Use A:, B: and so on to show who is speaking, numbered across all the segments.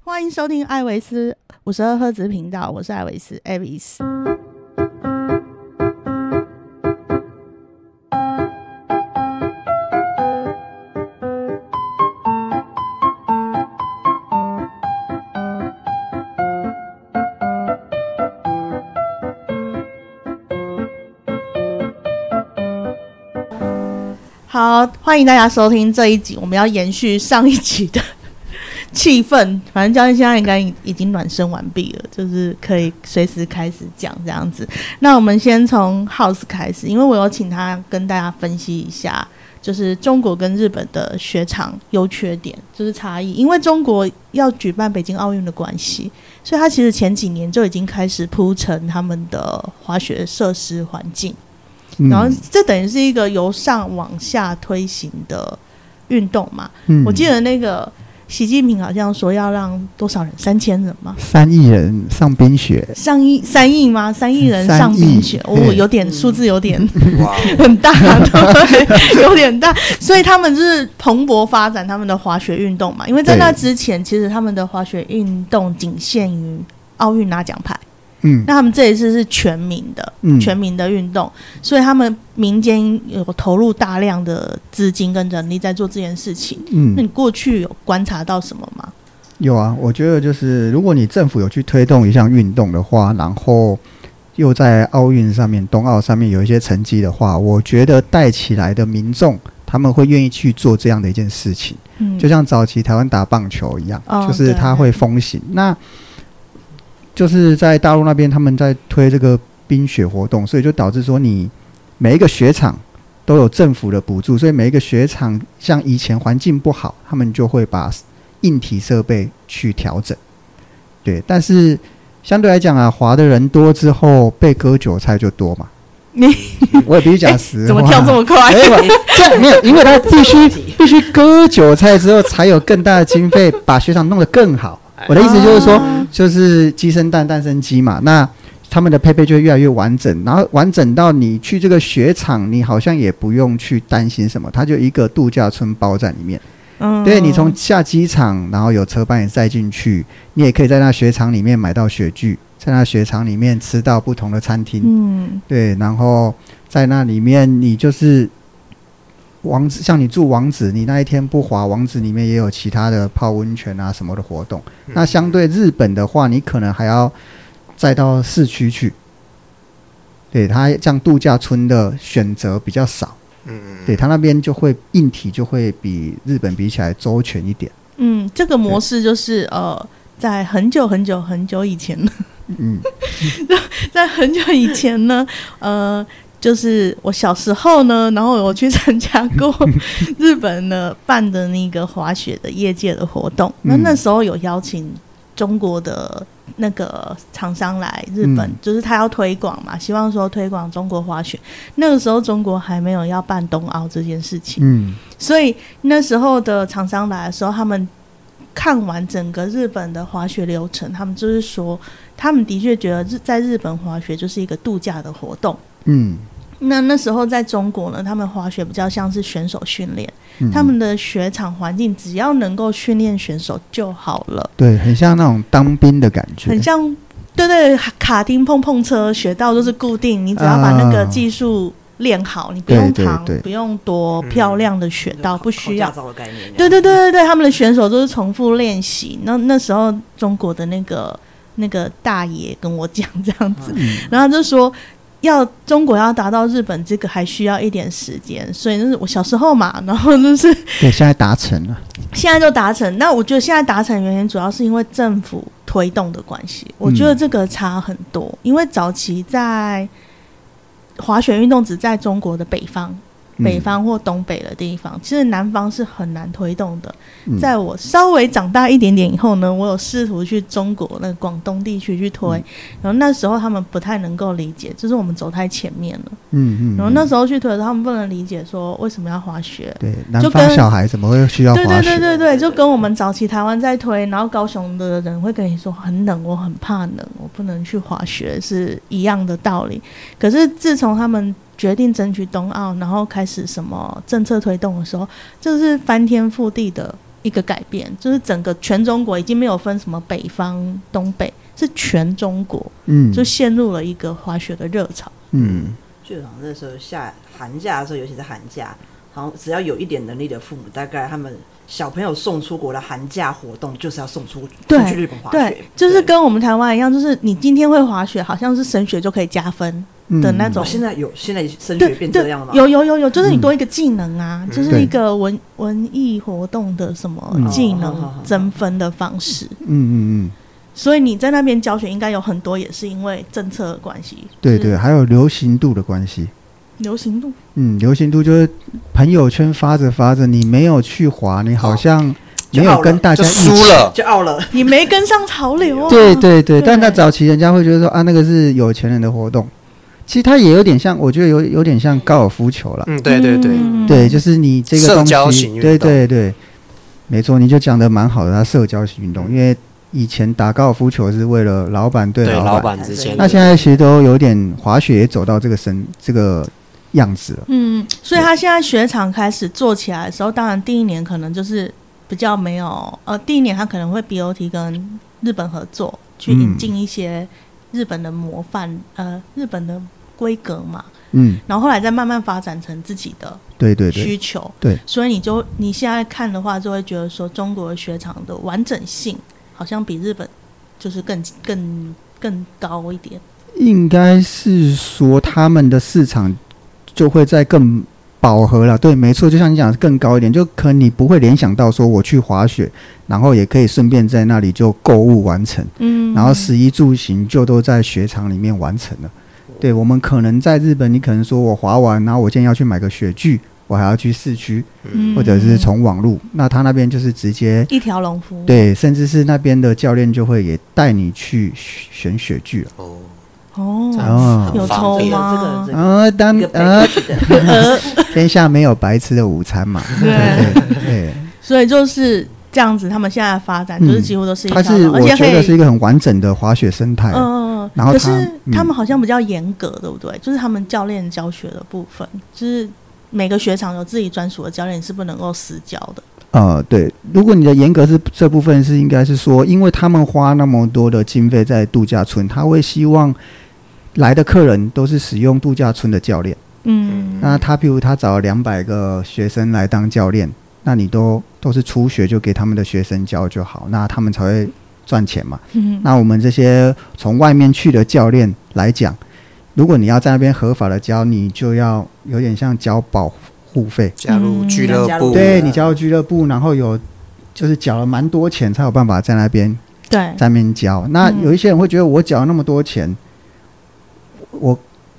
A: 欢迎收听艾维斯五十二赫兹频道，我是艾维斯 Avis。好，欢迎大家收听这一集，我们要延续上一集的气氛。反正教练现在应该已已经暖身完毕了，就是可以随时开始讲这样子。那我们先从 House 开始，因为我有请他跟大家分析一下，就是中国跟日本的雪场优缺点，就是差异。因为中国要举办北京奥运的关系，所以他其实前几年就已经开始铺陈他们的滑雪设施环境。
B: 嗯
A: 然后这等于是一个由上往下推行的运动嘛。
B: 嗯
A: 我记得那个习近平好像说要让多少人，三千人嘛，
B: 三亿人上冰雪，
A: 上亿三亿吗？三亿人
B: 三
A: 上冰
B: 亿
A: 雪，哦
B: 对，嗯
A: 有点数字有点
C: 哇，
A: 很大，对，有点大，所以他们就是蓬勃发展他们的滑雪运动嘛。因为在
B: 对
A: 那之前，其实他们的滑雪运动仅限于奥运拿奖牌，
B: 嗯
A: 那他们这一次是全民的，
B: 嗯，
A: 全民的运动，所以他们民间有投入大量的资金跟人力在做这件事情。那
B: 嗯
A: 你过去有观察到什么吗？
B: 有啊，我觉得就是如果你政府有去推动一项运动的话，然后又在奥运上面、冬奥上面有一些成绩的话，我觉得带起来的民众他们会愿意去做这样的一件事情。
A: 嗯，
B: 就像早期台湾打棒球一样，
A: 哦
B: 就是它会风行。那就是在大陆那边，他们在推这个冰雪活动，所以就导致说你每一个雪场都有政府的补助，所以每一个雪场像以前环境不好，他们就会把硬体设备去调整。对，但是相对来讲啊，滑的人多之后，被割韭菜就多嘛。
A: 你哎
B: 我也必须 讲实话，
A: 怎么跳 这么快？
B: 没有，这样没有，因为他必须必须割韭菜之后，才有更大的经费把雪场弄得更好。我的意思就是说，
A: 啊
B: 就是鸡生蛋，蛋生鸡嘛。那他们的配备就会越来越完整，然后完整到你去这个雪场，你好像也不用去担心什么，它就一个度假村包在里面。
A: 嗯
B: 对你从下机场，然后有车把你载进去，你也可以在那雪场里面买到雪具，在那雪场里面吃到不同的餐厅。
A: 嗯
B: 对，然后在那里面，你就是王子，像你住王子，你那一天不滑王子里面也有其他的泡温泉啊什么的活动。
C: 嗯
B: 那相对日本的话，你可能还要再到市区去。对它像度假村的选择比较少，
C: 嗯，
B: 对它那边就会硬体就会比日本比起来周全一点。
A: 嗯，这个模式就是呃，在很久很久很久以前呢，
B: 嗯，
A: 在很久以前呢，呃，就是我小时候呢，然后我去参加 过日本呢办的那个滑雪的业界的活动，那、
B: 嗯
A: 那时候有邀请中国的那个厂商来日本，
B: 嗯
A: 就是他要推广嘛，希望说推广中国滑雪。那个时候中国还没有要办冬奥这件事情，
B: 嗯，
A: 所以那时候的厂商来的时候，他们看完整个日本的滑雪流程，他们就是说，他们的确觉得日在日本滑雪就是一个度假的活动。
B: 嗯，
A: 那那时候在中国呢，他们滑雪比较像是选手训练，
B: 嗯
A: 他们的雪场环境只要能够训练选手就好了，
B: 对，很像那种当兵的感觉，
A: 很像对对卡丁碰碰车，雪道都是固定，你只要把那个
B: 啊
A: 技术练好，你不用
B: 对对
A: 扛，
B: 对
A: 不用多漂亮的雪
C: 嗯
A: 道，不需要
D: 考驾。照的概念。
A: 对对对对对，他们的选手都是重复练习。那那时候中国的那个那个大爷跟我讲这样子，
B: 嗯
A: 然后就说要中国要达到日本这个还需要一点时间，所以就是我小时候嘛，然后就是
B: 对，现在达成了，
A: 现在就达成。那我觉得现在达成原因主要是因为政府推动的关系，我觉得这个差很多，因为早期在滑雪运动只在中国的北方。
B: 嗯
A: 北方或东北的地方，其实南方是很难推动的。
B: 嗯
A: 在我稍微长大一点点以后呢，我有试图去中国那个广东地区去推，
B: 嗯
A: 然后那时候他们不太能够理解，就是我们走太前面了。
B: 嗯嗯，
A: 然后那
B: 嗯
A: 时候去推的时候，他们不能理解说为什么要滑雪。
B: 对，南
A: 就
B: 方
A: 跟
B: 小孩怎么会需要滑
A: 对
B: 雪？
A: 对对对对，就跟我们早期台湾在推，然后高雄的人会跟你说很冷，我很怕冷，我不能去滑雪是一样的道理。可是自从他们决定争取冬奥，然后开始什么政策推动的时候，这是翻天覆地的一个改变，就是整个全中国已经没有分什么北方、东北，是全中国
B: 嗯
A: 就陷入了一个滑雪的热潮。
B: 嗯
C: 就好像那时候夏寒假的时候，尤其是寒假，好像只要有一点能力的父母，大概他们小朋友送出国的寒假活动就是要送出
A: 对
C: 出去日本滑雪
A: 对，，就是
C: 对
A: 跟我们台湾一样，就是你今天会滑雪，好像是升学就可以加分。
B: 嗯
A: 的那种
C: 哦现在有现在升
A: 对
C: 学变这
A: 对
C: 样了，吗？
A: 有有有有，就是你多一个技能啊，就
B: 嗯对
A: 是一个文文艺活动的什么
B: 嗯
A: 技
C: 哦好好好
A: 能增分的方式。
B: 嗯嗯嗯，
A: 所以你在那边教学应该有很多也是因为政策的关系，
B: 对
A: 就是
B: 对，还有流行度的关系。
A: 流行度
B: 嗯，流行度就是朋友圈发着发着，你没有去滑，你好
A: 哦
B: 像没有跟大家
D: 就
B: 一起
D: 输。了，
C: 就傲了，
A: 你没跟上潮流啊。
B: 对对对，但
A: 对
B: 在早期人家会觉得说啊，那个是有钱人的活动，其实它也有点像，我觉得有有点像高尔夫球了。
D: 嗯，对对对，
A: 嗯
B: 对，就是你这个
D: 社
B: 东西，
D: 交型运
B: 对
D: 动
B: 对对，没错，你就讲的蛮好的，它社交型运
D: 嗯
B: 动，因为以前打高尔夫球是为了老板对
D: 对
B: 老
D: 老
B: 板，
D: 板之间
B: 那
D: 的，
B: 现在其实都有点滑雪也走到这个身这个样子了。
A: 嗯，所以他现在雪场开始做起来的时候，当然第一年可能就是比较没有，呃，第一年他可能会 BOT 跟日本合作，去引
B: 嗯
A: 进一些日本的模范，呃，日本的规格嘛，
B: 嗯，
A: 然后后来再慢慢发展成自己的
B: 对对对，
A: 需求。
B: 对
A: 所以你就你现在看的话，就会觉得说中国的雪场的完整性好像比日本就是更更更高一点。
B: 应该是说他们的市场就会在更饱和了。对，没错，就像你讲的更高一点，就可能你不会联想到说我去滑雪，然后也可以顺便在那里就购物完成。
A: 嗯
B: 然后食衣住行就都在雪场里面完成了。对我们可能在日本，你可能说我滑完，然后我今天要去买个雪具，我还要去市区
A: 嗯
B: 或者是从网路，那他那边就是直接
A: 一条龙服务。
B: 对，甚至是那边的教练就会也带你去选雪具了。
D: 哦，
A: 哦
D: 这，样
B: 哦
D: 很
A: 有
D: 方
A: 抽
D: 便
A: 吗
C: 这个这个
B: 呃，当
C: 这个
B: 呃，
C: package 的
B: 天下没有白吃的午餐嘛，
A: 对。
B: 对对，
A: 所以就是这样子，他们现在的发展
B: 嗯
A: 就是几乎都是一条
B: 它是
A: 龙，而
B: 我
A: 且可
B: 觉得是一
A: 以，
B: 个很完整的滑雪生态
A: 嗯、。嗯
B: 然后
A: 可
B: 它
A: 是
B: 嗯
A: 他们好像比较严格，对不对？就是他们教练教学的部分，就是每个雪场有自己专属的教练，你是不能够私教的。
B: 呃，对，如果你的严格是这部分是应该是说，因为他们花那么多的经费在度假村，他会希望来的客人都是使用度假村的教练。
A: 嗯，
B: 那他譬如他找两百个学生来当教练，那你都都是初学就给他们的学生教就好，那他们才会赚钱嘛。
A: 嗯
B: 那我们这些从外面去的教练来讲，如果你要在那边合法的教，你就要有点像交保护费。
D: 加入俱乐
C: 加入
D: 部，
B: 对
C: 嗯
B: 你加入俱乐部，然后有就是缴了蛮多钱才有办法在那边
A: 对，
B: 在那边教。那
A: 嗯
B: 有一些人会觉得我缴了那么多钱，我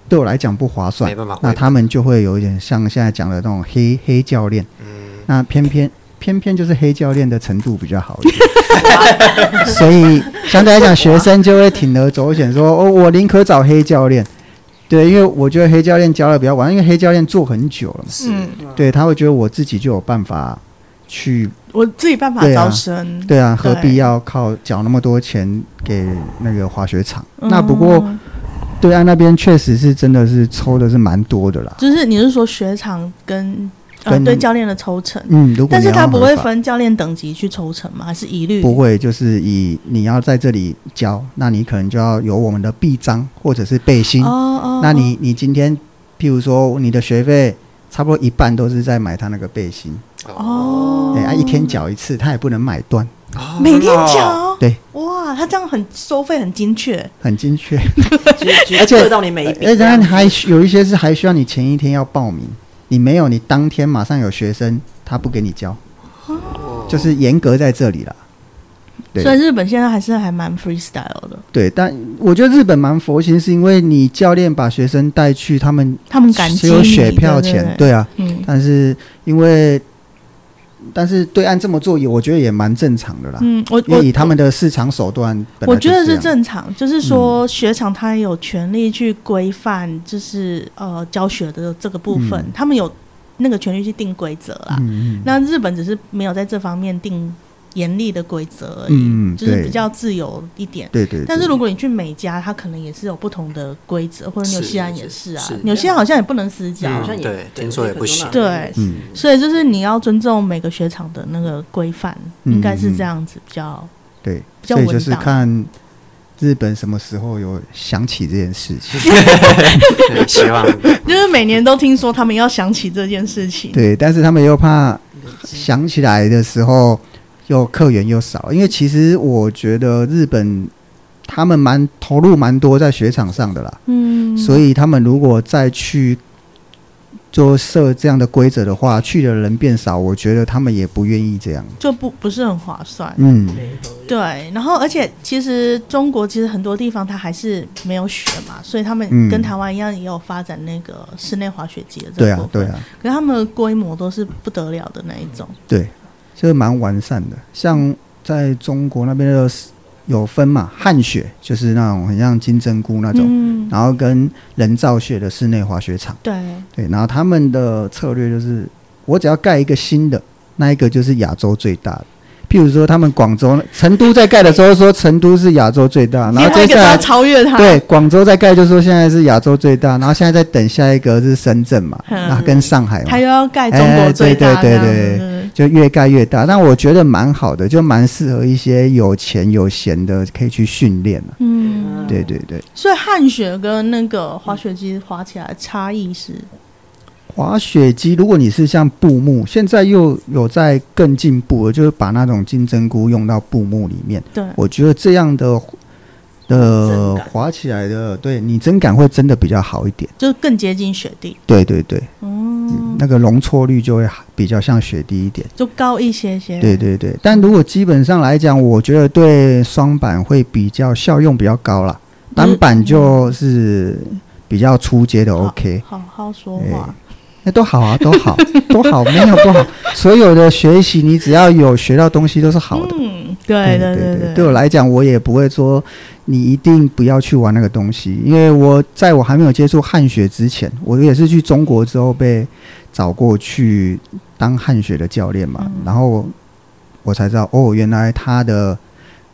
B: 对我来讲不划算
D: 没，办法回本，
B: 那他们就会有一点像现在讲的那种黑黑教练。
D: 嗯，
B: 那偏偏偏偏就是黑教练的程度比较好一 点，所以相对来讲，学生就会铤而走险，说哦，我宁可找黑教练。对，因为我觉得黑教练教的比较晚，因为黑教练做很久了嘛。
D: 是
A: 嗯，
B: 对他会觉得我自己就有办法去，
A: 我自己办法
B: 对啊
A: 招生。
B: 对啊，何必
A: 对
B: 要靠缴那么多钱给那个滑雪场？
A: 嗯
B: 那不过对岸那边确实是真的是抽的是蛮多的啦。
A: 就是你是说雪场跟呃
B: 跟
A: 对教练的抽成，
B: 嗯，如果
A: 但
B: 你
A: 是
B: 要
A: 他不
B: 合
A: 会
B: 法
A: 分教练等级去抽成吗？还是一律
B: 不会，就是以你要在这里教，那你可能就要有我们的臂章或者是背心。
A: 哦哦，
B: 那你你今天譬如说你的学费差不多一半都是在买他那个背心，
A: 哦
B: 哎、啊一天缴一次，他也不能买断，
D: 哦
A: 每天
D: 真的哦
A: 缴，
B: 对，
A: 哇，他这样很收费很精确，
B: 很精确。
C: 而
B: 而且
C: 到你每一笔，
B: 而且他哎还需有一些是还需要你前一天要报名，你没有，你当天马上有学生，他不给你教，就是严格在这里啦。对
A: 所以日本现在还是还蛮 freestyle 的，
B: 对，但我觉得日本蛮佛心，是因为你教练把学生带去，他们
A: 他们感激
B: 只有
A: 你
B: 雪票钱，
A: 对不对
B: 对啊。
A: 嗯
B: 但是因为，但是对岸这么做也，我觉得也蛮正常的啦。
A: 嗯，我
B: 啊因
A: 我
B: 为以他们的市场手段，本来
A: 我
B: 就
A: 觉得是
B: 这样。
A: 正
B: 嗯
A: 常，就是说雪场他有权利去规范，就是呃教学的这个部分，
B: 嗯
A: 他们有那个权利去定规则啦。
B: 嗯嗯，
A: 那日本只是没有在这方面定严厉的规则而已，
B: 嗯，
A: 就是比
B: 对，
A: 较自由一点。
B: 对对。
A: 但是
B: 对
A: 如果你去美加，它可能也是有不同的规则，或者纽西兰也是啊
D: 是是，
A: 纽西兰好像也不能私交，
D: 嗯
C: 好像也
D: 对听说也不行
A: 对
B: 嗯
A: 所以就是你要尊重每个雪场的那个规范，
B: 嗯
A: 应该是这样子比较。
B: 对，
A: 比较
B: 所以就
A: 稳
B: 是
A: 当
B: 看日本什么时候有想起这件事情。
D: 对希望
A: 就是每年都听说他们要想起这件事情，
B: 对，但是他们又怕
C: 对，
B: 想起来的时候又客源又少，因为其实我觉得日本他们蛮投入蛮多在雪场上的啦，
A: 嗯，
B: 所以他们如果再去做设这样的规则的话，去的人变少，我觉得他们也不愿意这样。
A: 就不不是很划算。
B: 嗯，
A: 对，然后而且其实中国其实很多地方它还是没有雪嘛，所以他们
B: 嗯
A: 跟台湾一样也有发展那个室内滑雪节的这
B: 对
A: 个
B: 啊
A: 部，
B: 对
A: 分，
B: 啊，
A: 可是他们的规模都是不得了的那一种。
B: 就是蛮完善的。像在中国那边的有分嘛，旱雪就是那种很像金针菇那种，
A: 嗯，
B: 然后跟人造雪的室内滑雪场。
A: 对，
B: 对，然后他们的策略就是，我只要盖一个新的，那一个就是亚洲最大的。譬如说，他们广州、成都在盖的时候说成都是亚洲最大，然后
A: 另外
B: 接
A: 一个
B: 下
A: 都要
B: 来
A: 超越它。
B: 对广州在盖就说现在是亚洲最大，然后现在在等下一个是深圳嘛，
A: 嗯
B: 然后跟上海
A: 他
B: 嘛，
A: 又要盖中国最大
B: 哎对对
A: 这样
B: 对对
A: 子
B: 就越盖越大。但我觉得蛮好的，就蛮适合一些有钱有闲的可以去训练啊
A: 嗯，
B: 对对对，
A: 所以汗雪跟那个滑雪机滑起来差异是，
B: 滑雪机，如果你是像布幕，现在又有在更进步了，就是把那种金针菇用到布幕里面。
A: 对，
B: 我觉得这样的的
C: 真感
B: 滑起来的，对拟真感会真的比较好一点。
A: 就更接近雪地，
B: 对对对，
A: 嗯，
B: 那个容错率就会比较像雪地一点。
A: 就高一些些。
B: 对对对，但如果基本上来讲，我觉得对双板会比较效用比较高啦，单板就是比较出街的 OK。
A: 好好说话，
B: 那都好啊，都好，都好，没有不好。所有的学习，你只要有学到东西都是好的。
A: 嗯，对
B: 哎对
A: 对
B: 对，
A: 对
B: 对我来讲，我也不会说你一定不要去玩那个东西，因为我在我还没有接触汉学之前，我也是去中国之后被找过去当汉学的教练嘛，
A: 嗯
B: 然后我才知道哦，原来他的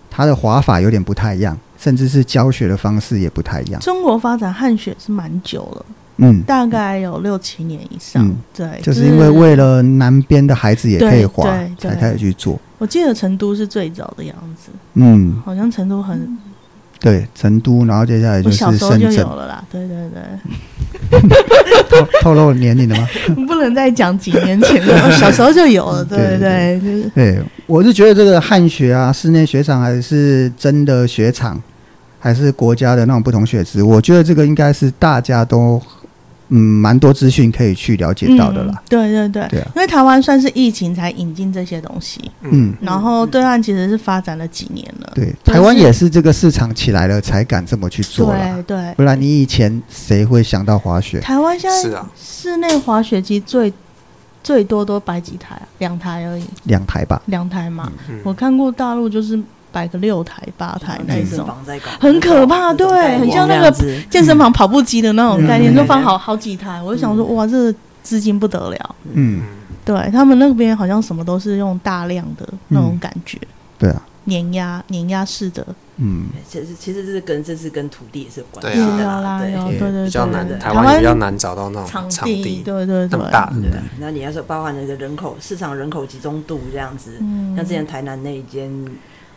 B: 他的滑法有点不太一样，甚至是教学的方式也不太一样。
A: 中国发展汗雪是蛮久了，
B: 嗯，
A: 大概有六七年以上
B: 嗯。
A: 对，
B: 就是因为为了南边的孩子也可以滑
A: 对对，对
B: 才开始去做。
A: 我记得成都是最早的样子，
B: 嗯，
A: 好像成都很，
B: 对，成都，然后接下来
A: 我
B: 就是
A: 小时候
B: 深
A: 就
B: 圳
A: 有，了啦。对对对，
B: 透透露年龄了吗？
A: 不能再讲几年前了， 我小时候就有了。对对，就是
B: 对，我是觉得这个汉学啊，室内雪场还是真的雪场，还是国家的那种不同雪池，我觉得这个应该是大家都嗯蛮多资讯可以去了解到的啦。
A: 嗯对对对，
B: 对啊
A: 因为台湾算是疫情才引进这些东西，
D: 嗯
B: 嗯，
A: 然后对岸其实是发展了几年了。
B: 对，
A: 但是
B: 台湾也是这个市场起来了才敢这么去做啦，
A: 对对，
B: 不然你以前谁会想到滑雪？
A: 台湾现
D: 是
A: 在
D: 啊，
A: 室内滑雪机最最多都摆几台啊，两台而已，
B: 两台吧，
A: 两台嘛。
D: 嗯
A: 我看过大陆就是摆个六台八
B: 嗯
A: 台那
C: 健
A: 一
C: 身
A: 种。
C: 房在搞，
A: 很可怕对很像那个
C: 个
A: 健身房跑步机的那种概念，
B: 嗯
A: 就放好好几台，我就想说，哇，这个资金不得了。
B: 嗯，
D: 嗯
A: 对他们那边好像什么都是用大量的那种感觉，
B: 对啊，
A: 碾压碾压式的，
B: 嗯。
C: 其实其实这是跟这是跟土地也是有关
D: 对
C: 系
D: 啊
A: 有
C: 的
A: 啦有，
C: 对
A: 对对对，
D: 比较
A: 对
D: 难，台
A: 湾
D: 湾也比较难找到那种场地
A: 对对
D: 那
A: 对
D: 么，大的，
C: 对啊。那你要说包含那个人口市场人口集中度这样子，
A: 嗯
C: 像之前台南那一间，呃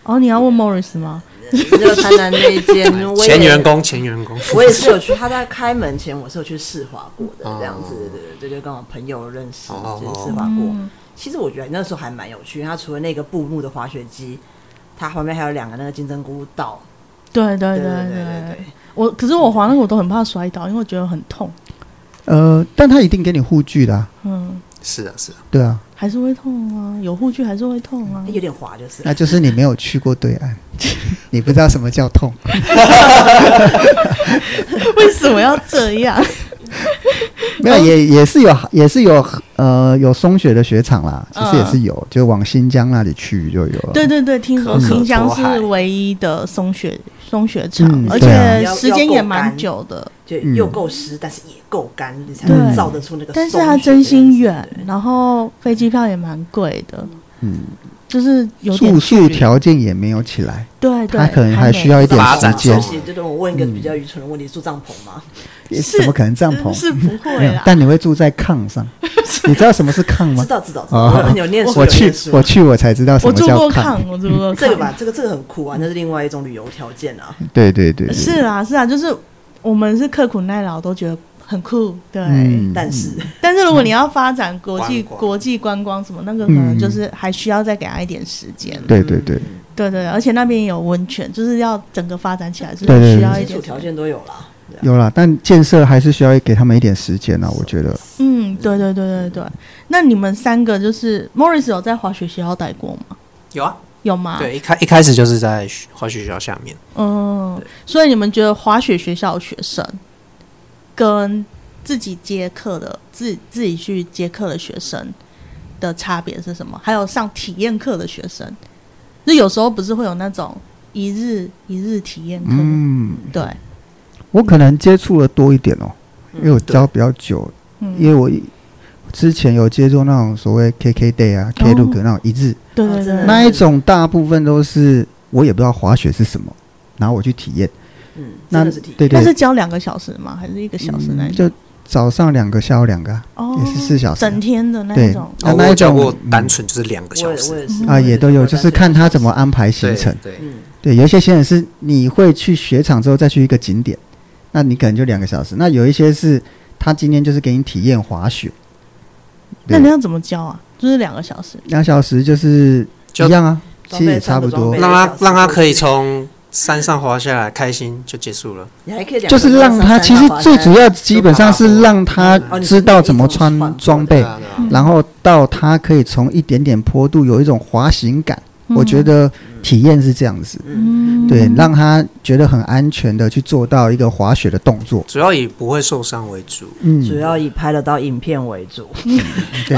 A: 哦，你要问 Morris 吗？
C: 就台南那一间，我也
D: 哎前员工前员工，
C: 我也是有去，他在开门前我是有去试滑过的，
D: 哦
C: 这样子，对对对，就跟我朋友认识，
D: 哦
C: 就是试滑过。
A: 嗯
C: 其实我觉得那时候还蛮有趣，因为它除了那个布幕的滑雪机，它旁边还有两个那个金针菇道，
A: 对对对
C: 对对
A: 对
C: 对，
A: 我可是我滑那个我都很怕摔倒，因为我觉得很痛，
B: 呃，但他一定给你护具的啊、
A: 嗯，
D: 是啊是啊，
B: 对啊，
A: 还是会痛啊，有护具还是会痛啊
C: 对，有点滑就是。
D: 哎
B: 那就是你没有去过对岸，你不知道什么叫痛。
A: 为什么要这样？
B: 没有，也也是有，也是有，呃，有松雪的雪场啦，其实也是有，就往新疆那里去就有了。
A: 对对对，听说
D: 可可
A: 新疆
D: 托海
A: 是唯一的松雪松雪场，
B: 嗯
A: 而
B: 对啊
A: 且时间也蛮久的，
C: 就
B: 嗯
C: 又够湿，但是也够干，你才
A: 对
C: 能造得出那个松
A: 但
C: 雪
A: 是
C: 的样
A: 它
C: 子。
A: 真心远
C: 对，
A: 然后飞机票也蛮贵的。
B: 嗯，
A: 就是有点
B: 住宿
A: 距离
B: 条件也没有起来，
A: 对对，
B: 他可能还
A: 没
B: 需要一点
D: 发
B: 时
D: 展嗯
B: 间
D: 中，
C: 其实就跟我问一个比较愚蠢的问题：住帐篷吗？
B: 也怎么可能帐篷？
A: 是啊不
B: 没
A: 会
B: 有
A: 啦，
B: 但你会住在炕上，你知道什么是炕吗
C: 知？道知道，知道
B: 啊
C: 我有念书，
B: 我
C: 有念
B: 去
C: 书
B: 我去我才知道什
A: 我
B: 么
A: 住
B: 叫
A: 过
B: 炕。
A: 炕，我住过炕
C: 这个吧，这个这个很酷啊，那是另外一种旅游条件啊。
B: 对对对，对
A: 是啊是啊，就是我们是刻苦耐劳，都觉得很酷，对。
B: 嗯，
C: 但是
A: 哎但是如果你要发展国际
D: 观光
A: 国际观光什么，那个可能就是还需要再给他一点时间。
C: 嗯
B: 对对对，
A: 对对，而且那边也有温泉，就是要整个发展起来，是
B: 对对
A: 需要一
C: 基
A: 点
C: 础条件都有啦。对啊
B: 有啦，但建设还是需要给他们一点时间啊，我觉得。
A: 嗯，对对对对对。那你们三个就是 Morris 有在滑雪学校待过吗？
D: 有啊，
A: 有吗？，
D: 对，一开一开始就是在学滑雪学校下面，
A: 嗯，所以你们觉得滑雪学校的学生跟自己接课的自自己去接课的学生的差别是什么？还有上体验课的学生，就有时候不是会有那种一日一日体验课，
B: 嗯，
A: 对，
B: 我可能接触的多一点哦，因为我教比较久，
A: 嗯，
B: 因为我一之前有接触那种所谓 KK day 啊、K look 那种一日，
A: 对对
C: 哦真
A: 对，
C: 的
B: 那一种大部分都是我也不知道滑雪是什么，然后我去体验。
C: 嗯，
B: 那
C: 真的是体
B: 对
A: 那是
B: 对，
A: 教两个小时吗？还是一个小时那一种？
B: 嗯就早上两个，下午两个啊，
A: 哦，
B: 也是四小时啊
A: 整天的那一
B: 对
A: 种。
B: 那
D: 哦
B: 那
D: 我
B: 一
D: 有教
B: 种
D: 过
B: 嗯
D: 单纯就是两个
C: 我
D: 小
C: 也我
D: 时，
C: 也是
B: 啊也都有，
C: 我
B: 就是看他怎么安排行
D: 对
B: 程。
D: 对，
C: 嗯，
B: 对，有一些行程是你会去雪场之后再去一个景点，那你可能就两个小时。那有一些是他今天就是给你体验滑雪，
A: 那
B: 对
A: 你要怎么教啊？就是两个小时，
B: 两小时就是一
D: 就
B: 样啊，
C: 装
B: 其实
C: 备
B: 也差不
C: 装
B: 多
C: 备。
D: 让他
C: 两个小时
D: 让他可以从山上滑下来，开心就结束了。
C: 你还可以两个
B: 就是让他，其实最主要基本上是让他
C: 哦你是
B: 知道怎么
C: 一种
B: 穿
C: 传
B: 装
C: 播
B: 备
C: 的，
D: 啊，对啊，
B: 然后到他可以从一点点坡度有一种滑行感，我觉得体验是这样子，
A: 嗯，
B: 对，让他觉得很安全的去做到一个滑雪的动作，
D: 主要以不会受伤为 主。
B: 嗯，
C: 主要以拍得到影片为主，
B: 对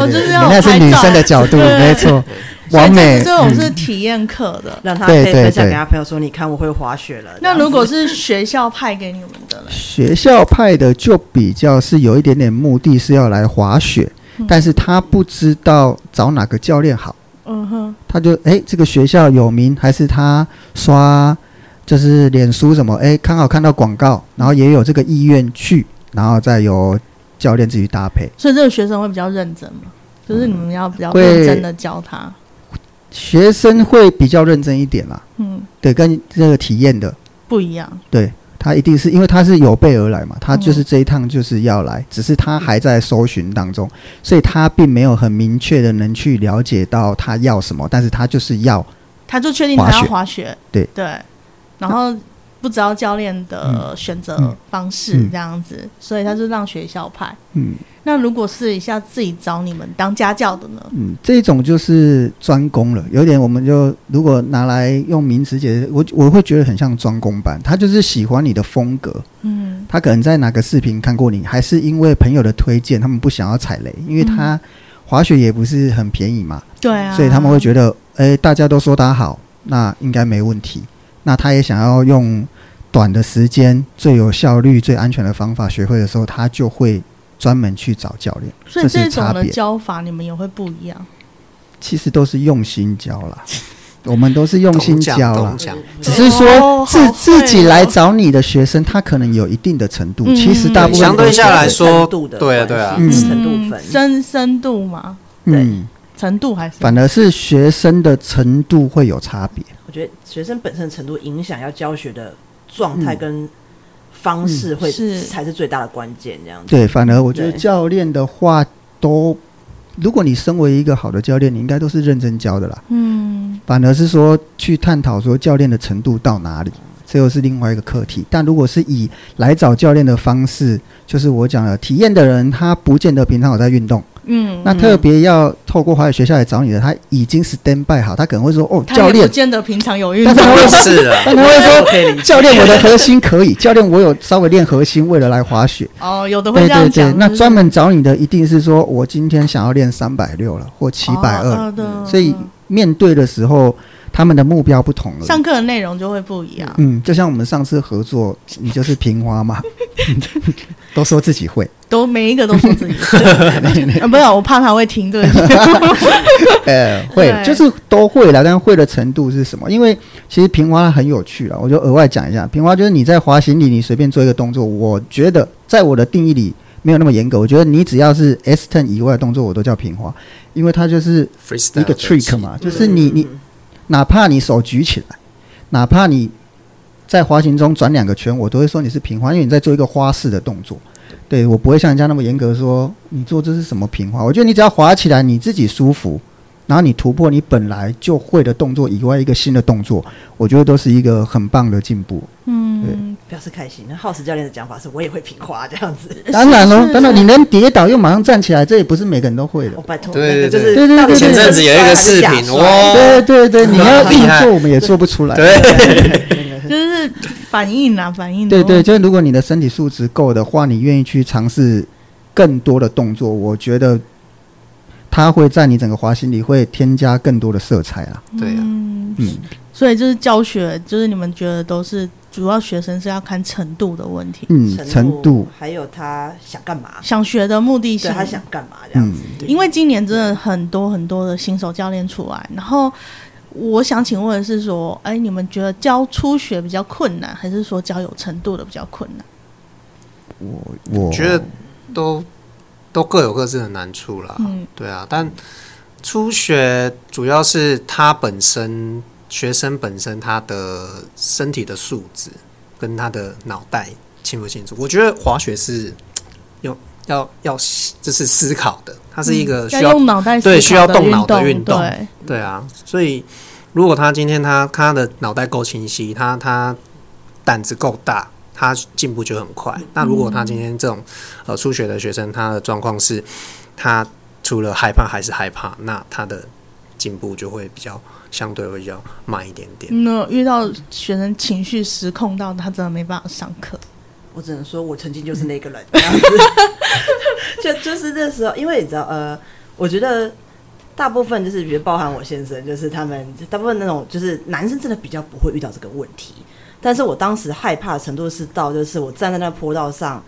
A: 哦就
B: 对对，
A: 是
B: 你
A: 要
B: 那是
A: 拍
B: 女
A: 照
B: 生的角度，
A: 对
B: 没错，
A: 所以
B: 完美嗯
A: 这，种是体验课的。
C: 让他可
B: 对
C: 以
B: 对
C: 分享
B: 对
C: 给他朋友说：“你看我会滑雪了。”
A: 那
C: 这样子
A: 如果是学校派给你们的嘞？
B: 学校派的就比较是有一点点目的是要来滑雪，但是他不知道找哪个教练好，
A: 嗯哼，
B: 他就哎、这个学校有名，还是他刷就是脸书什么哎、刚好看到广告，然后也有这个意愿去，然后再由教练自己搭配。
A: 所以这个学生会比较认真嘛，就是你们要比较
B: 会
A: 认真的教他。
B: 学生会比较认真一点啦，
A: 嗯，
B: 对，跟这个体验的
A: 不一样。
B: 对他一定是因为他是有备而来嘛，他就是这一趟就是要来，只是他还在搜寻当中，所以他并没有很明确的能去了解到他要什么，但是他就是要
A: 他就确定他
B: 滑
A: 要
B: 雪
A: 滑雪，
B: 对
A: 然后不知道教练的选择
B: 嗯
A: 方式这样子，所以他就让学校派。
B: 嗯
A: 那如果试一下自己找你们当家教的呢？
B: 嗯，这种就是专攻了，有点我们就如果拿来用名词解释，我我会觉得很像专攻班，他就是喜欢你的风格，
A: 嗯，
B: 他可能在哪个视频看过你，还是因为朋友的推荐，他们不想要踩雷，因为他滑雪也不是很便宜嘛，
A: 对啊，
B: 所以他们会觉得，哎、大家都说他好，那应该没问题。那他也想要用短的时间、最有效率、最安全的方法学会的时候，他就会专门去找教练。
A: 所以
B: 这
A: 这
B: 是
A: 种
B: 差
A: 的
B: 别，
A: 教法你们也会不一样。
B: 其实都是用心教啦， 我们都是用心教啦
D: 懂。讲，
B: 只是
A: 哦
B: 说自、
A: 好会哦
B: 自己来找你的学生，他可能有一定的程度，
A: 嗯
B: 其实大部分
D: 相对
B: 都是
D: 下来说
C: 程度的
D: 对啊
C: 关系
D: 对啊
B: 嗯
C: 程度分
A: 深深度嘛，
B: 嗯，
A: 程度还是
B: 反而是学生的程度会有差别。
C: 我觉得学生本身程度影响要教学的状
B: 嗯
C: 态跟方式会、
A: 嗯是
C: 才是最大的关键，这样子。
B: 对，反而我觉得
C: 对
B: 教练的话都，如果你身为一个好的教练，你应该都是认真教的啦。
A: 嗯
B: 反而是说去探讨说教练的程度到哪里，这又是另外一个课题。但如果是以来找教练的方式，就是我讲了，体验的人他不见得平常有在运动，
A: 嗯，
B: 那特别要透过滑雪学校来找你的，他已经 stand by 好，他可能会说哦，
A: 他
B: 教
A: 也不
B: 练，
A: 见得平常有运
B: 但
A: 动
B: 是。
D: 我是啊 了，
B: 但他会
C: 我可以理
B: 说
C: 解
B: 教练我的核心可以，教练我有稍微练核心，为了来滑雪。
A: 哦，有的会
B: 对
A: 这样
B: 对对
A: 讲，，
B: 那
A: 就是
B: 专门找你的一定是说，我今天想要练三百六了，或七百二，
A: 哦嗯
B: 所以
A: 嗯
B: 面对的时候，他们的目标不同了。
A: 上课的内容就会不一样。
B: 嗯嗯，就像我们上次合作，你就是平花嘛，都说自己会，
A: 都每一个都说自 己是 啊，没有，我怕他会听这个节目。
B: 呃，会
A: 对
B: 就是都会了，但会的程度是什么？因为其实平滑很有趣啊了，我就额外讲一下，平滑就是你在滑行李，你随便做一个动作，我觉得在我的定义里没有那么严格，我觉得你只要是 S turn 以外的动作，我都叫平滑，因为它就是
D: ，freestyle
B: 一个 trick 嘛，就是你你
C: 嗯
B: 哪怕你手举起来，哪怕你在滑行中转两个圈，我都会说你是平滑，因为你在做一个花式的动作。对我不会像人家那么严格说你做这是什么平滑，我觉得你只要滑起来你自己舒服，然后你突破你本来就会的动作以外一个新的动作，我觉得都是一个很棒的进步。
A: 嗯，
C: 表示开心。那耗时教练的讲法是我也会平滑这样子，
B: 当然喽
A: 是，
B: 当然你能跌倒又马上站起来，这也不是每个人都会的
C: 我。拜托，
D: 对
C: 那个就
B: 对
C: 是
B: 对
C: 到底
B: 对
C: 是
B: 对
D: 前阵子有一个视频
C: 真摔
D: 哇
B: 对对对，你要硬
D: 厉害
B: 做我们也做不出来。
D: 对，
A: 就是反应啊，反应。
B: 对对，，就是如果你的身体素质够的话，你愿意去尝试更多的动作，我觉得它会在你整个滑行里会添加更多的色彩啦。
D: 对啊，
A: 嗯，
B: 嗯，
A: 所以就是教学，就是你们觉得都是主要学生是要看程度的问题，
B: 嗯，
C: 程
B: 程度，
C: 还有他想干嘛，
A: 想学的目的
C: 对
A: 性。
C: 他想干嘛这样
B: 嗯
C: 子。，
A: 因为今年真的很多很多的新手教练出来，然后我想请问的是说，哎，你们觉得教初学比较困难，还是说教有程度的比较困难？
B: 我
D: 觉得都都各有各自的难处啦。
A: 嗯
D: 对啊，但初学主要是他本身学生本身他的身体的素质跟他的脑袋清不清楚。我觉得滑雪是有要要就是思考的，它是一
B: 嗯
D: 个需
A: 要
D: 要
A: 用脑袋思
D: 对
A: 考
D: 需要
A: 的
D: 动
A: 运
D: 脑的
A: 动，
D: 运动
A: 对，
D: 对啊，所以如果他今天他他的脑袋够清晰，他他胆子够大，他进步就很快。那如果他今天这种呃初学的学生，他的状况是，他除了害怕还是害怕，那他的进步就会比较相对会比较慢一点点。
A: 嗯那遇到学生情绪失控到他真的没办法上课，
C: 我只能说，我曾经就是那个人，这样子就就是那时候，因为你知道，呃，我觉得大部分就是，比如包含我先生，就是他们大部分那种，就是男生真的比较不会遇到这个问题。但是我当时害怕的程度是到，就是我站在那坡道上，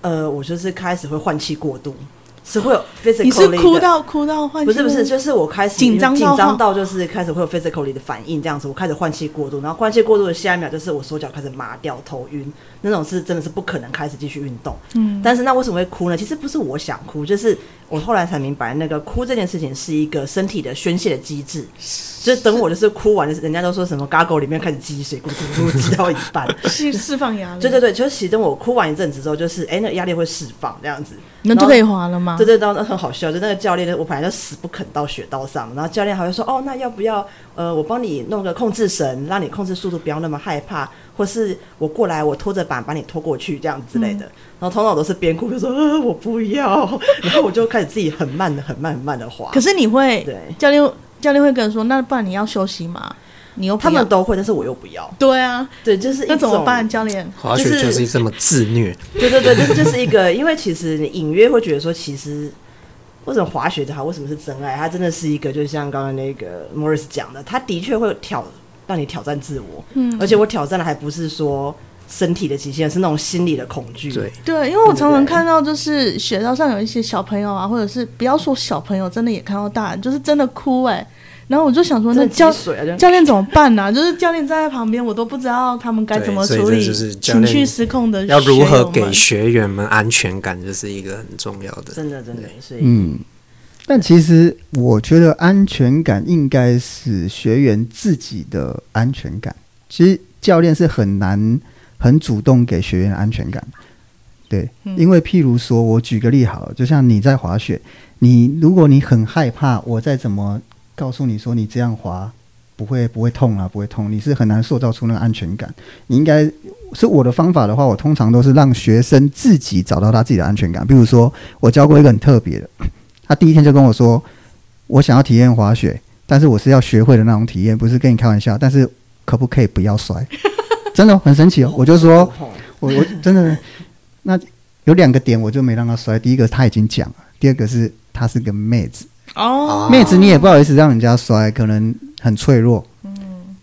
C: 呃，我就是开始会换气过度，是会有 physically
A: 你是哭
C: 的
A: 到哭到换
C: 不是
A: 气
C: 不是，
A: 吗
C: 就是我开始
A: 紧张到
C: 紧
A: 晃
C: 张到就是开始会有 physically 的反应，这样子，我开始换气过度，然后换气过度的下一秒就是我手脚开始麻掉、头晕，那种是真的是不可能开始继续运动。
A: 嗯，
C: 但是那为什么会哭呢？其实不是我想哭，就是我后来才明白，那个哭这件事情是一个身体的宣泄的机制。就是等我就是哭完的时候，人家都说什么 gargle 里面开始积水，咕咕咕咕积到一 半。
A: 释释放压力，
C: 对 对对，就是其实等我哭完一阵子之后，就是哎、那个压力会释放这样子。
A: 你们就可以滑了吗？
C: 对对，当时很好笑，就那个教练，我本来就死不肯到雪道上，然后教练还会说，哦，那要不要呃，我帮你弄个控制绳，让你控制速度不要那么害怕，或是我过来，我拖着板把你拖过去这样之类的。然后通常我都是边哭就说，呃，我不要， 然后我就开始自己很慢的、很慢、很慢的滑。
A: 可是你会
C: 对，
A: 教练教练会跟你说，那不然你要休息嘛？你又不
C: 他们
A: 要
C: 都会，但是我又不要。
A: 对啊，
C: 对，就是一
A: 那怎么
C: 种
A: 办？教练，
D: 滑雪就是这么自虐，
C: 对对对，这就是一个，因为其实你隐约会觉得说，其实为什么滑雪的好，为什么是真爱？它真的是一个，就像刚刚那个 Morris 讲的，它的确会挑让你挑战自我，
A: 嗯
C: 而且我挑战的还不是说身体的极限，是那种心理的恐惧。
D: 对，
A: 对，因为我常常
C: 对不对
A: 看到，就是雪道上有一些小朋友啊，或者是不要说小朋友，真的也看到大人，就是真的哭哎、然后我就想说，
C: 真
A: 那
C: 的
A: 教
C: 积水啊，就
A: 教练怎么办呢、就是教练站在旁边，我都不知道他们该怎么
D: 对所以
A: 处理
D: 这就是教
A: 情
D: 练
A: 绪失控的
D: 要如何
A: 学友
D: 给
A: 们
D: 学员们安全感，这是一个很重要的。
C: 真的真的，所以、
B: 嗯，但其实我觉得安全感应该是学员自己的安全感。其实教练是很难很主动给学员安全感，对，
A: 嗯
B: 因为譬如说，我举个例好了，就像你在滑雪，你如果你很害怕，我再怎么告诉你说你这样滑不会不会痛啊，不会痛，你是很难塑造出那个安全感。你应该是我的方法的话，我通常都是让学生自己找到他自己的安全感。比如说，我教过一个很特别的，他第一天就跟我说，我想要体验滑雪，但是我是要学会的那种体验，不是跟你开玩笑。但是可不可以不要摔？真的很神奇哦！我就说，
C: 哦
B: 我我真的，那有两个点我就没让他摔。第一个他已经讲了，第二个是她是个妹子，
A: 哦，
D: 啊
B: 妹子你也不好意思让人家摔，可能很脆弱。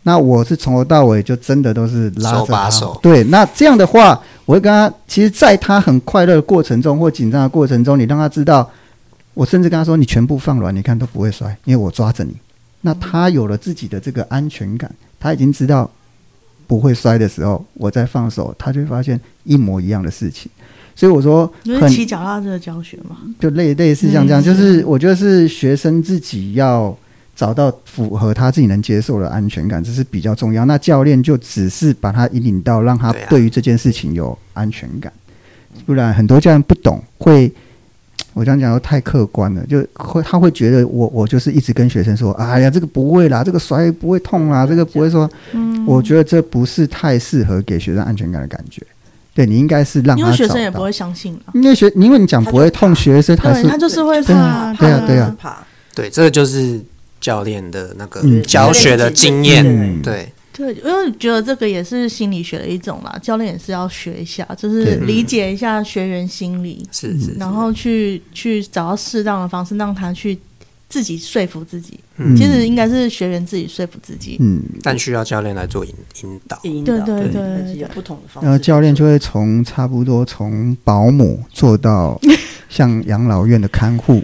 B: 那我是从头到尾就真的都是拉着
D: 嗯手把
B: 他
D: 手
B: 对，那这样的话，我会跟他，其实，在他很快乐的过程中或紧张的过程中，你让他知道，我甚至跟他说，你全部放软，你看都不会摔，因为我抓着你。
D: 嗯
B: 那他有了自己的这个安全感，他已经知道不会摔的时候，我再放手，他就会发现一模一样的事情。所以我说
A: 你
B: 很
A: 是骑脚踏车的教学嘛？
B: 就类类似像这样，就是我觉得是学生自己要找到符合他自己能接受的安全感，这是比较重要。那教练就只是把他引领到让他
D: 对啊
B: 对于这件事情有安全感，不然很多教练不懂会。我这样讲都太客观了，就会他会觉得我我就是一直跟学生说，哎呀，这个不会啦，这个摔不会痛啦，这个不会说，
A: 嗯，
B: 我觉得这不是太适合给学生安全感的感觉。对你应该是让
A: 因
B: 他
A: 为学
B: 找
A: 生也
B: 到
A: 不会相信啊。
B: 因为学，因为你讲不会痛，
C: 他就怕
B: 学生还
A: 对
B: 是
A: 他就是会
B: 对
A: 怕
B: 啊，对啊对啊
C: 怕
D: 对，这个就是教练的那个
B: 嗯
D: 教学的经验，
B: 嗯
D: 对，
A: 对，因为觉得这个也是心理学的一种啦，教练也是要学一下，就是
B: 对
A: 理解一下学员心理，
D: 是是，
A: 然后去去找到适当的方式，让他去自己说服自己。
B: 嗯
A: 其实应该是学员自己说服自己。
B: 嗯，
D: 但需要教练来做引引导，
C: 引导
A: 对，对
D: 对
A: 对
C: 但
A: 对
C: 是有不同的方式。
B: 然后教练就会从差不多从保姆 做到像养老院的看护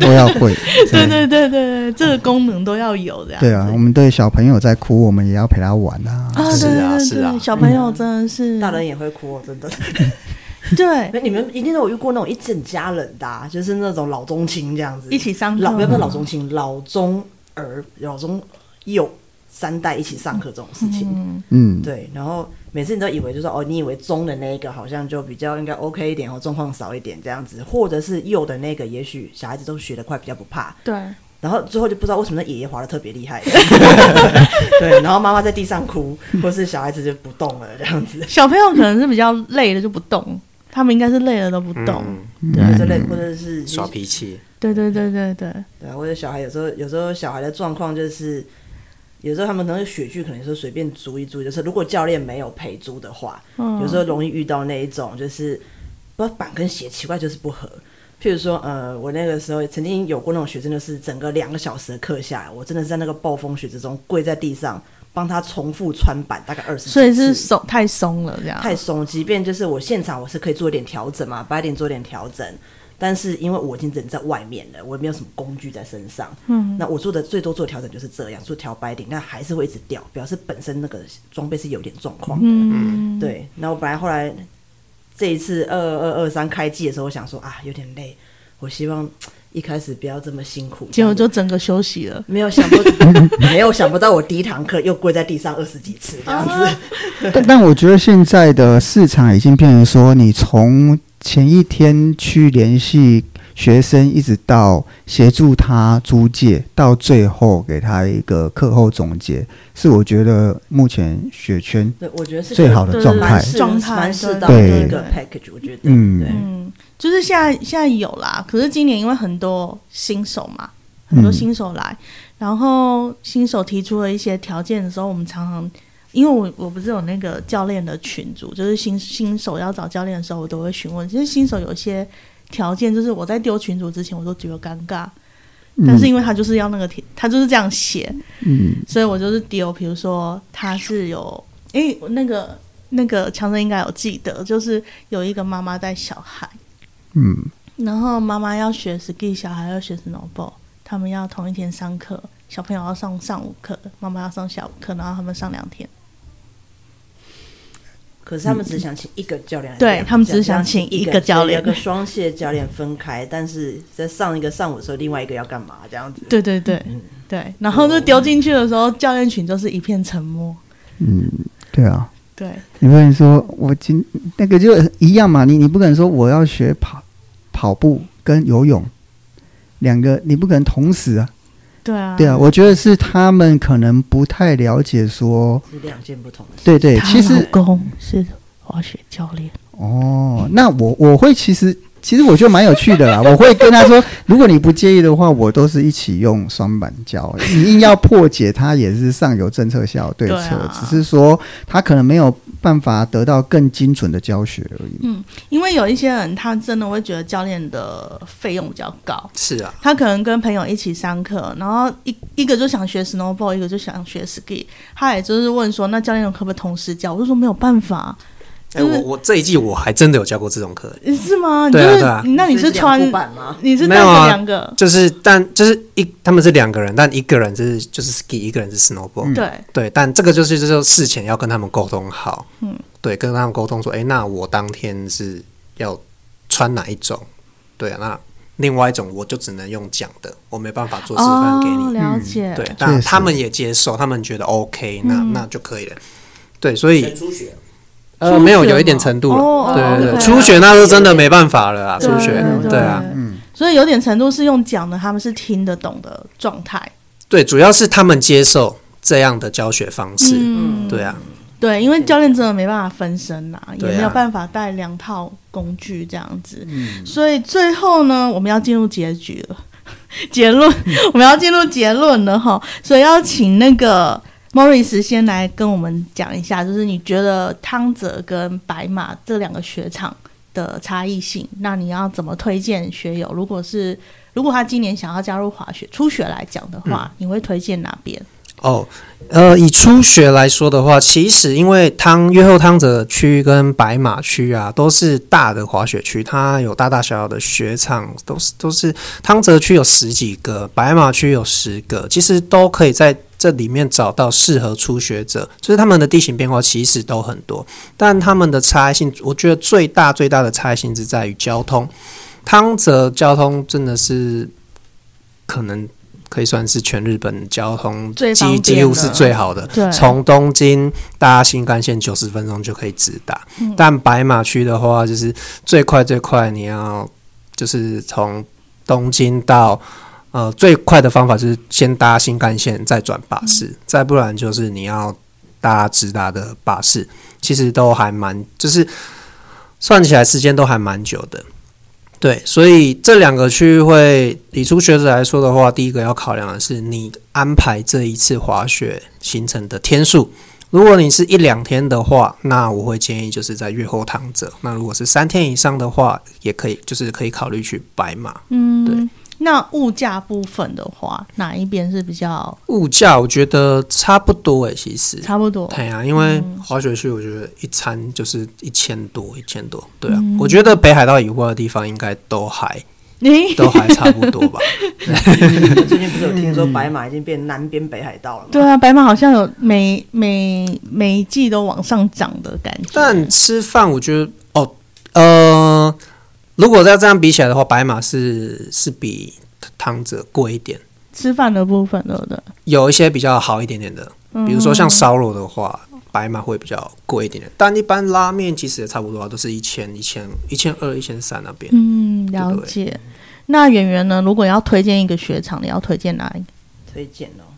B: 都要会，
A: 对对对对对，这个功能都要有的呀。
B: 对啊，我们对小朋友在哭，我们也要陪他玩啊，
A: 啊，
D: 是
A: 对
D: 啊
A: 对
D: 是
A: 对
D: 啊
A: 对，小朋友真的是
C: 大人也会哭，哦真的。
A: 对
C: 那你们一定都有遇过那种一整家人的、啊，就是那种老中青这样子，
A: 一起上课
C: 老不要不
A: 嘛
C: 要老中青，老中儿、老中幼三代一起上课这种事情。
A: 嗯，
B: 嗯，
C: 对，然后每次你都以为就是哦，你以为中的那一个好像就比较应该 OK 一点哦，状况少一点这样子，或者是右的那个，也许小孩子都学得快，比较不怕。
A: 对，
C: 然后最后就不知道为什么那爷爷滑得特别厉害，对，然后妈妈在地上哭，或是小孩子就不动了这样子，
A: 小朋友可能是比较累了就不动，他们应该是累了都不动。
D: 嗯，
C: 或者
B: 嗯
C: 类或者是
D: 耍脾气，
A: 对对对对对，
C: 对啊，或者小孩有时候有时候小孩的状况就是，有时候他们可能雪具可能说随便租一租，就是如果教练没有陪租的话，
A: 嗯，
C: 有时候容易遇到那一种就是不知道板跟鞋奇怪就是不合。譬如说，呃，我那个时候曾经有过那种学生，就是整个两个小时的课下来，我真的是在那个暴风雪之中跪在地上帮他重复穿板大概二十，
A: 所以是松太松了这样，
C: 太松，即便就是我现场我是可以做一点调整嘛，白点做点调整，但是因为我已经人在外面了，我也没有什么工具在身上，
A: 嗯，
C: 那我做的最多做调整就是这样，做调白点，那还是会一直掉，表示本身那个装备是有点状况的，
A: 嗯，
C: 对。那我本来后来这一次二二二三开季的时候，我想说啊有点累，我希望一开始不要这么辛苦，
A: 结果
C: 这
A: 就
C: 样子
A: 整个休息了。
C: 没有想不 没有想不到我第一堂课又跪在地上二十几次这样子，
B: 但但我觉得现在的市场已经变成说，你从前一天去联系学生，一直到协助他租借，到最后给他一个课后总结，是我觉得目前雪圈
C: 对，我觉得是
B: 最好的
A: 对
B: 状态
C: 蛮适
A: 状态
C: 蛮适
A: 对
C: 当的
B: 对
C: 一
A: 对
C: 个 package，我觉得。
B: 嗯
C: 对
A: 嗯，就是现在现在有啦，可是今年因为很多新手嘛，很多
B: 嗯
A: 新手来，然后新手提出了一些条件的时候，我们常常。因为我我不是有那个教练的群组，就是新新手要找教练的时候，我都会询问。其实新手有一些条件，就是我在丢群组之前，我都觉得尴尬，但是因为他就是要那个题，他就是这样写，
B: 嗯
A: 所以我就是丢，比如说他是有，诶，那个那个强生应该有记得，就是有一个妈妈带小孩，
B: 嗯
A: 然后妈妈要学 ski，小孩要学 snowboard，他们要同一天上课，小朋友要上上午课，妈妈要上下午课，然后他们上两天，
C: 可是他们只想请一个教练来
A: 对
C: 这样，
A: 他们只
C: 这样
A: 想请一
C: 一
A: 个教练
C: 两个双线教练分开，但是在上一个上午的时候，另外一个要干嘛这样子？
A: 对对
B: 嗯
A: 对对，然后就丢进去的时候，教练群就是一片沉默，
B: 嗯，对啊。
A: 对
B: 你不能说我今那个就一样嘛，你你不可能说我要学跑跑步跟游泳两个，你不可能同时啊。
A: 对啊，
B: 对啊，我觉得是他们可能不太了解说，
C: 是两件不同的事。
B: 对对，
A: 她
B: 其实
A: 老公是滑雪教练，
B: 哦，那我我会其实其实我觉得蛮有趣的啦。我会跟他说，如果你不介意的话，我都是一起用双板胶。你硬要破解它，也是上有政策，下有对策，
A: 对啊
B: 只是说他可能没有办法得到更精准的教学而已。
A: 因为有一些人他真的会觉得教练的费用比较高，
D: 是啊，
A: 他可能跟朋友一起上课，然后一一个就想学 snowboard，一个就想学 ski，他也就是问说，那教练可不可以同时教？我就说没有办法，啊
D: 哎、
A: 就是
D: 我我这一季我还真的有教过这种课，
A: 你是吗？你就
D: 对啊
A: 是、
D: 对啊
A: 那你是穿
C: 两副板吗？
A: 你是
D: 没
A: 带
D: 有
A: 着
D: 啊
A: 两个、
D: 就是但就是一他们是两个人，但一个人是就是 ski，一个人是 snowboard，、
A: 对，
D: 对，但这个就是就是事前要跟他们沟通好，嗯，对，跟他们沟通说，哎、那我当天是要穿哪一种？对啊，那另外一种我就只能用讲的，我没办法做示范给你。嗯
A: 哦，了解，
D: 对，但
B: 确实
D: 他们也接受，他们觉得 OK，那、
A: 嗯
D: 那就可以了。对，所以
E: 初学，
D: 呃
A: 初
D: 没有
A: 学
D: 有一点
A: 嘛
D: 程度了，
A: 哦
D: 对对
A: OK
D: 对，初学那是真的没办法了啊，初
A: 对
D: 学
A: 对
D: 对啊，
B: 嗯，
A: 所以有点程度是用讲的，他们是听得懂的状态。
D: 对，主要是他们接受这样的教学方式，
A: 嗯，
D: 对啊，
A: 对，因为教练真的没办法分身呐、也
D: 对啊
A: 没有办法带两套工具这样子。
D: 嗯
A: 所以最后呢，我们要进入结局了，结论， 我们要进入结论了哈。所以要请那个 Morris 先来跟我们讲一下，就是你觉得汤泽跟白马这两个雪场的差异性，那你要怎么推荐学友？如果是如果他今年想要加入滑雪初学来讲的
D: 嗯
A: 话，你会推荐哪边？
D: 哦，呃，以初学来说的话，其实因为汤越后汤泽区跟白马区啊，都是大的滑雪区，它有大大小小的雪场，都是都是汤泽区有十几个，白马区有十个，其实都可以在这里面找到适合初学者，就是他们的地形变化其实都很多，但他们的差异性，我觉得最大最大的差异性是在于交通。汤泽交通真的是可能可以算是全日本交通
A: 最方
D: 几
A: 便
D: 几乎
A: 的
D: 是最好的，
A: 对
D: 从东京搭新干线九十分钟就可以直达。但白马区的话，就是最快最快，你要就是从东京到。呃，最快的方法就是先搭新干线，再转巴士，再不然就是你要搭直达的巴士，其实都还蛮，就是算起来时间都还蛮久的。对，所以这两个区域会，以初学者来说的话，第一个要考量的是你安排这一次滑雪行程的天数。如果你是一两天的话，那我会建议就是在月后躺着。那如果是三天以上的话，也可以，就是可以考虑去白马。
A: 嗯，
D: 对。
A: 那物价部分的话，哪一边是比较
D: 物价我觉得差不多诶、其实。
A: 差不多？
D: 对啊，因为滑雪区我觉得一餐就是一千多，一千多。对啊，我觉得北海道以外的地方应该都还
A: 你
D: 都还差不多吧。
C: 最近不是有听说白马已经变南边北海道了吗？
A: 对啊，白马好像有每每每一季都往上涨的感觉。
D: 但吃饭，我觉得哦，呃，如果要这样比起来的话，白马是是比汤泽贵一点，
A: 吃饭的部分，对不对？
D: 有一些比较好一点点的，比如说像烧肉的话，白马会比较贵一点点，但一般拉面其实也差不多啊，都是一千、一千、一千二、一千三那边。
A: 嗯，了解。那演员呢？如果要推荐一个雪场，你要推荐哪一个？
C: 推荐哦。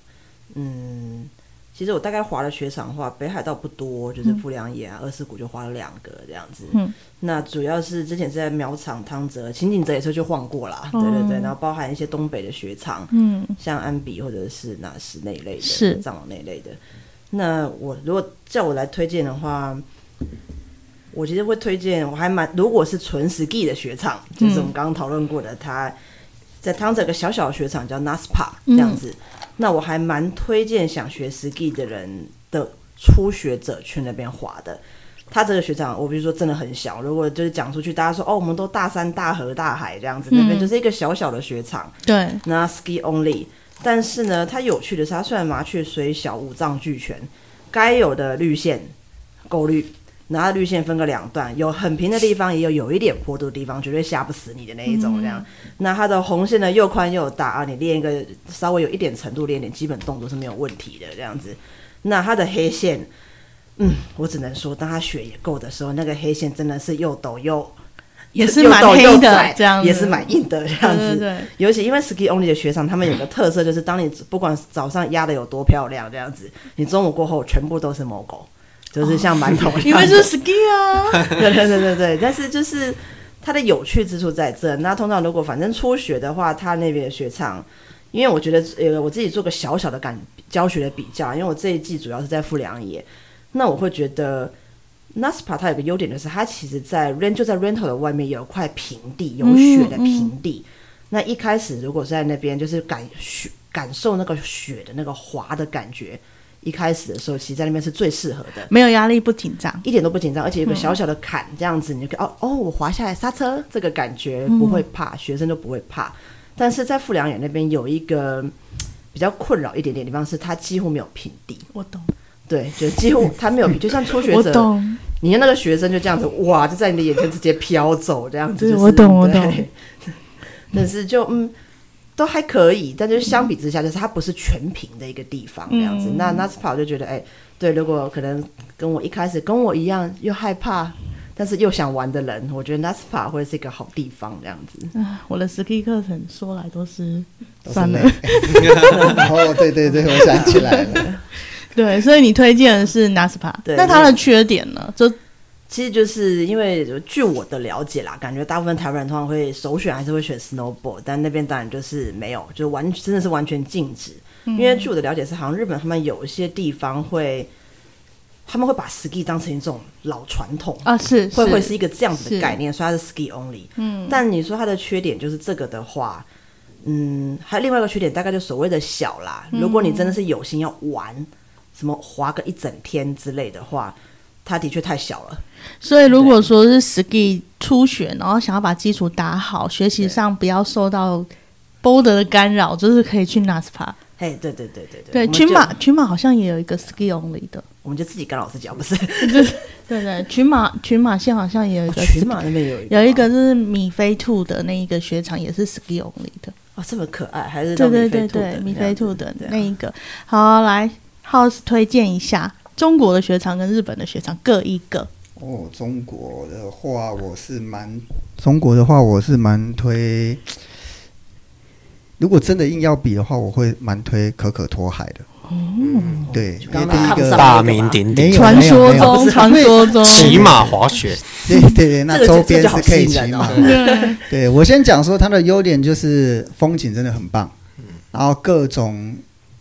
C: 嗯，其实我大概滑了雪场的话，北海道不多，就是富良野啊、二世谷就滑了两个这样子。
A: 嗯，
C: 那主要是之前是在苗场、汤泽、秦景泽也是去晃过啦，
A: 哦
C: 对对对，然后包含一些东北的雪场，
A: 嗯，
C: 像安比或者是那是那一类的，
A: 是
C: 藏王那一类的。那我如果叫我来推荐的话，我其实会推荐，我还蛮如果是纯 ski 的雪场，就是
A: 嗯
C: 我们刚刚讨论过的，它在汤泽有个小小的雪场叫 NASPA
A: 嗯
C: 这样子。那我还蛮推荐想学 ski 的人的初学者去那边滑的。他这个雪场，我比如说真的很小，如果就是讲出去，大家说哦，我们都大山、大河、大海这样子，那边
A: 嗯
C: 就是一个小小的雪场。
A: 对，
C: 那 ski only。但是呢，它有趣的是，它虽然麻雀虽小，五脏俱全，该有的绿线够绿，然后它绿线分个两段，有很平的地方，也有有一点坡度的地方，绝对吓不死你的那一种
A: 嗯
C: 这样。那它的红线呢又宽又大啊，你练一个稍微有一点程度，练一点基本动作是没有问题的这样子。那它的黑线，嗯，我只能说，当它血也够的时候，那个黑线真的是又陡又
A: 也是
C: 又
A: 蛮
C: 陡又
A: 黑的
C: 窄，
A: 这样子
C: 也是蛮硬的这样
A: 对
C: 子。
A: 对对，
C: 尤其因为 ski only 的雪场，他们有个特色就是，当你不管早上压的有多漂亮这样子，你中午过后全部都是某 狗，就是像馒头一样的。
A: 因为是 ski 啊，
C: 对对对对对，但是就是它的有趣之处在这。那通常如果反正初学的话，他那边的学场，因为我觉得呃我自己做个小小的感教学的比较，因为我这一季主要是在富良野，那我会觉得 NASPA 它有个优点就是它其实在 rent 就在 rental 的外面有块平地，有雪的平地。那一开始如果是在那边就是感雪感受那个雪的那个滑的感觉，一开始的时候其实在那边是最适合的。
A: 没有压力不紧张，
C: 一点都不紧张，而且有个
A: 嗯
C: 小小的坎，这样子你就可以哦哦，我滑下来刹车，这个感觉
A: 嗯
C: 不会怕，学生都不会怕。但是在富良野那边有一个嗯比较困扰一点点的地方是，它几乎没有平地，
A: 我懂，
C: 对，就几乎它没有平，就像初学
A: 我
C: 者，
A: 懂，
C: 你的那个学生就这样子，哇，就在你的眼前直接飘走这样子，
A: 对
C: 就是
A: 我懂我
C: 对
A: 懂
C: 但是就嗯。都还可以，但就是相比之下，就是它不是全平的一个地方这样子。
A: 嗯
C: 那 NASPA 我就觉得，哎、对，如果可能跟我一开始跟我一样又害怕，但是又想玩的人，我觉得 NASPA 会是一个好地方这样子。
A: 啊我的 ski 课程说来都是
B: 都是
A: 算了
B: 累。哦，对对对，我想起来了，
A: 对，所以你推荐的是 NASPA，
C: 对
A: 那它的缺点呢？就
C: 其实就是因为据我的了解啦，感觉大部分台湾人通常会首选还是会选 snowboard，但那边当然就是没有，就完真的是完全禁止。因为据我的了解是，好像日本他们有一些地方会，他们会把 ski 当成一种老传统，
A: 啊是
C: 会会是一个这样子
A: 是
C: 的概念，所以它是 ski only。
A: 嗯，
C: 但你说它的缺点就是这个的话，嗯，还有另外一个缺点，大概就所谓的小啦。
A: 嗯
C: 如果你真的是有心要玩，什么滑个一整天之类的话，它的确太小了。
A: 所以如果说是 ski 初学，然后想要把基础打好，学习上不要受到 boulder 的干扰，就是可以去 NASPA。
C: 嘿，对对对对
A: 对，
C: 我们
A: 群
C: 就
A: 马群马好像也有一个 ski only 的，
C: 我们就自己跟老师讲，不是？
A: 对对，群马群马县好像也有 一个 ski,
C: 啊群马那边有一
A: 有一
C: 个
A: 个
C: 啊
A: 就是米菲兔的那一个雪场也是 ski only 的，
C: 哦，这么可爱，还是
A: 对
C: 那
A: 对
C: 种
A: 对
C: 米菲兔
A: 对
C: 的，
A: 米菲兔
C: 这样子
A: 的
C: 对啊
A: 那一个。好，来 House 推荐一下中国的雪场跟日本的雪场各一个。
B: 哦，中国的话我是蛮，中国的话我是蛮推。如果真的硬要比的话，我会蛮推可可托海的。哦，对，因为
C: 刚刚
B: 第一
C: 看不
B: 个
C: 上
D: 大名鼎
B: 没
D: 鼎，
B: 有
A: 传说
B: 没有没
A: 中，
B: 有
A: 传说中，
D: 骑马滑雪，
B: 对对对，那
C: 这个就
B: 周边是可以骑
C: 这就
B: 马
C: 好
B: 的
C: 吸。
A: 对，
B: 对我先讲说它的优点就是风景真的很棒，然后各种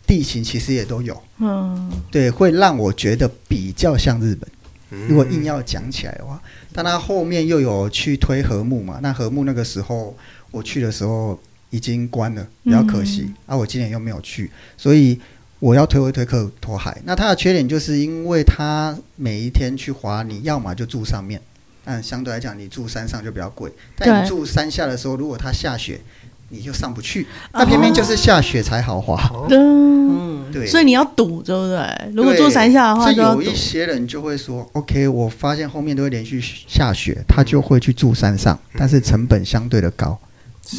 B: 地形其实也都有，
A: 嗯，
B: 对，会让我觉得比较像日本。嗯如果
A: 嗯
B: 硬
D: 要
B: 要讲起来的话，但它后面又有去推和睦嘛，那和睦那个时候我去的时候已经关了，比较可惜、
A: 嗯
B: 啊，我今年又没有去，所以。我要推会推克托海，那它的缺点就是因为它每一天去滑，你要么就住上面，但相对来讲你住山上就比较贵。但
A: 对
B: 你住山下的时候，如果它下雪，你就上不去。
A: 哦
B: 那偏偏就是下雪才好 滑，
A: 嗯，
C: 嗯，
B: 对。
A: 所以你要赌，对不对？如果住山下的话，
B: 对
A: 就
B: 所以
A: 要
B: 有
A: 赌
B: 一。些人就会说，OK，我发现后面都会连续下雪，他就会去住山上，但是成本相对的高，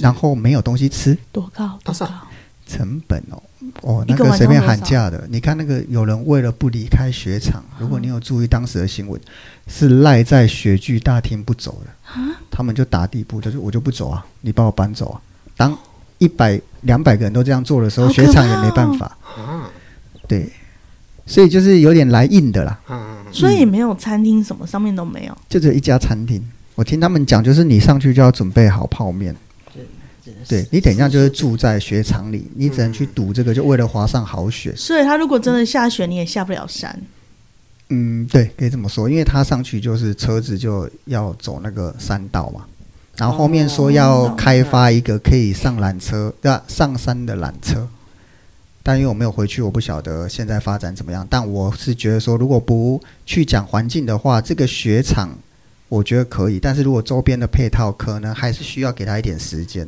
B: 然后没有东西吃，
A: 多高？多高？
B: 成本哦，哦，
A: 一
B: 那
A: 个晚
B: 个
A: 上
B: 随便喊价的，你看那个有人为了不离开雪场，如
A: 啊
B: 果你有注意当时的新闻，是赖在雪具大厅不走的，
A: 啊
B: 他们就打地铺，就是我就不走啊，你把我搬走啊，当一百两百个人都这样做的时候，
A: 好可哦
B: 雪
A: 怕
B: 场也没办法，
D: 啊，
B: 对，所以就是有点来硬的啦。
D: 嗯，嗯
A: 所以没有餐厅，什么上面都没有。
B: 就只有一家餐厅。我听他们讲，就是你上去就要准备好泡面，
C: 真的是
B: 对你等一下就是住在雪场里，你只能去赌这个，就为了滑上好雪。
A: 所以他如果真的下雪，你也下不了山。
B: 嗯，对，可以这么说，因为他上去就是车子就要走那个山道嘛，然后后面说
A: 哦
B: 要开发一个可以上缆车、啊、上山的缆车，但因为我没有回去，我不晓得现在发展怎么样。但我是觉得说，如果不去讲环境的话，这个雪场我觉得可以，但是如果周边的配套，可能还是需要给他一点时间，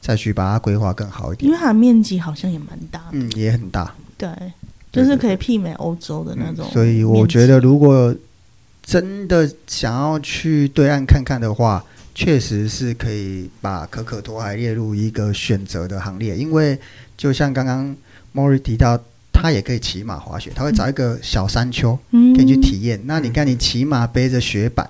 B: 再去把它规划更好一
A: 因
B: 点
A: 为。它的面积好像也蛮大的，
B: 嗯，也很大。
A: 对，
B: 对
A: 就
B: 嗯
A: 是可以媲美欧洲的那种面积、
B: 所以我觉得，如果真的想要去对岸看看的话，确实是可以把可可托海列入一个选择的行列，因为就像刚刚莫瑞提到，他也可以骑马滑雪，他会找一个小山丘
A: 嗯，
B: 可以去体验。那你看，你骑马背着雪板，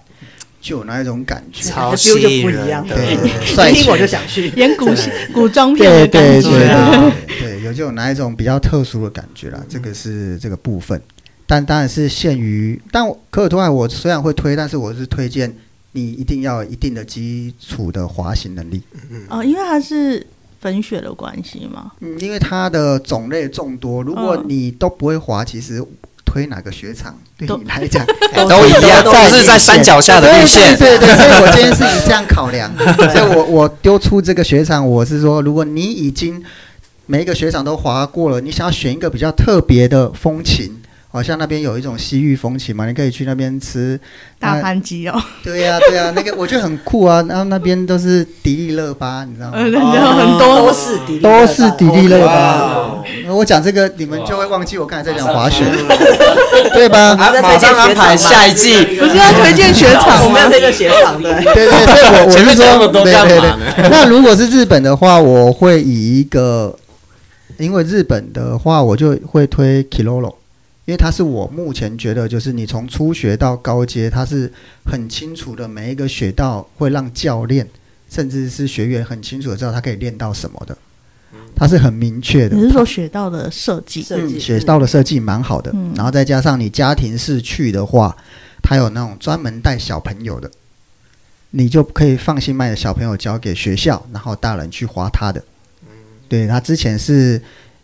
B: 就有那一种感觉，
D: 超
C: 那
D: 吸
C: feel 就
D: 引
C: 不一
D: 人
C: 样
D: 的，
B: 对对对帅
C: 一
B: 气
C: 听我就想去。
A: 演古古装片
B: 对
A: 的感
B: 对对
A: 觉。
B: 对对，有就有哪一种比较特殊的感觉啦，这个是这个部分。但当然是限于，但我可尔托海我虽然会推，但是我是推荐你一定要有一定的基础的滑行能力。
A: 哦，因为它是粉雪的关系嘛。
B: 嗯，因为它的种类众多，如果
A: 嗯
B: 你都不会滑，其实推哪个雪场对
A: 都
B: 你来讲
D: 都一
B: 在
D: 样，都是在山脚下的
B: 对
D: 绿线。
B: 对对对，所以我今天是以这样考 量，所以我我丢出这个雪场，我是说，如果你已经每一个雪场都滑过了，你想要选一个比较特别的风情。好像那边有一种西域风情嘛，你可以去那边吃。
A: 大
B: 那
A: 盘鸡哦，
B: 对呀、对呀、那个我觉得很酷啊。然后那边都是迪丽热巴，你知道 吗？
A: 呃，然后很多
B: 哦
C: 都是迪丽
B: 都是迪丽热
D: 哦
E: 哇
B: 巴。我讲这个，你们就会忘记我刚才在讲滑雪，对
C: 我
B: 吧？
C: 们在
D: 马
C: 推荐
D: 上安
C: 雪
D: 排
C: 场
D: 下一季，
A: 不是要推荐雪场
C: 我们要
A: 吗？
C: 推荐雪场对。
B: 对对对，所以我我
D: 前
B: 是
D: 面讲那
B: 说
D: 么，多
B: 对
D: 干
B: 对
D: 嘛
B: 对。
D: 呢？
B: 那如果是日本的话，我会以一个，因为日本的话，我就会推 Kilolo。因为它是我目前觉得，就是你从初学到高阶，它是很清楚的每一个雪道，会让教练甚至是学员很清楚的知道他可以练到什么的，它是很明确的。
A: 你是说雪道的设计？
C: 设计
B: 嗯、学到的设计蛮好的，
A: 嗯
B: 然后再加上你家庭式去的话，它有那种专门带小朋友的，你就可以放心把你的小朋友交给学校，然后大人去划他的。对他之前是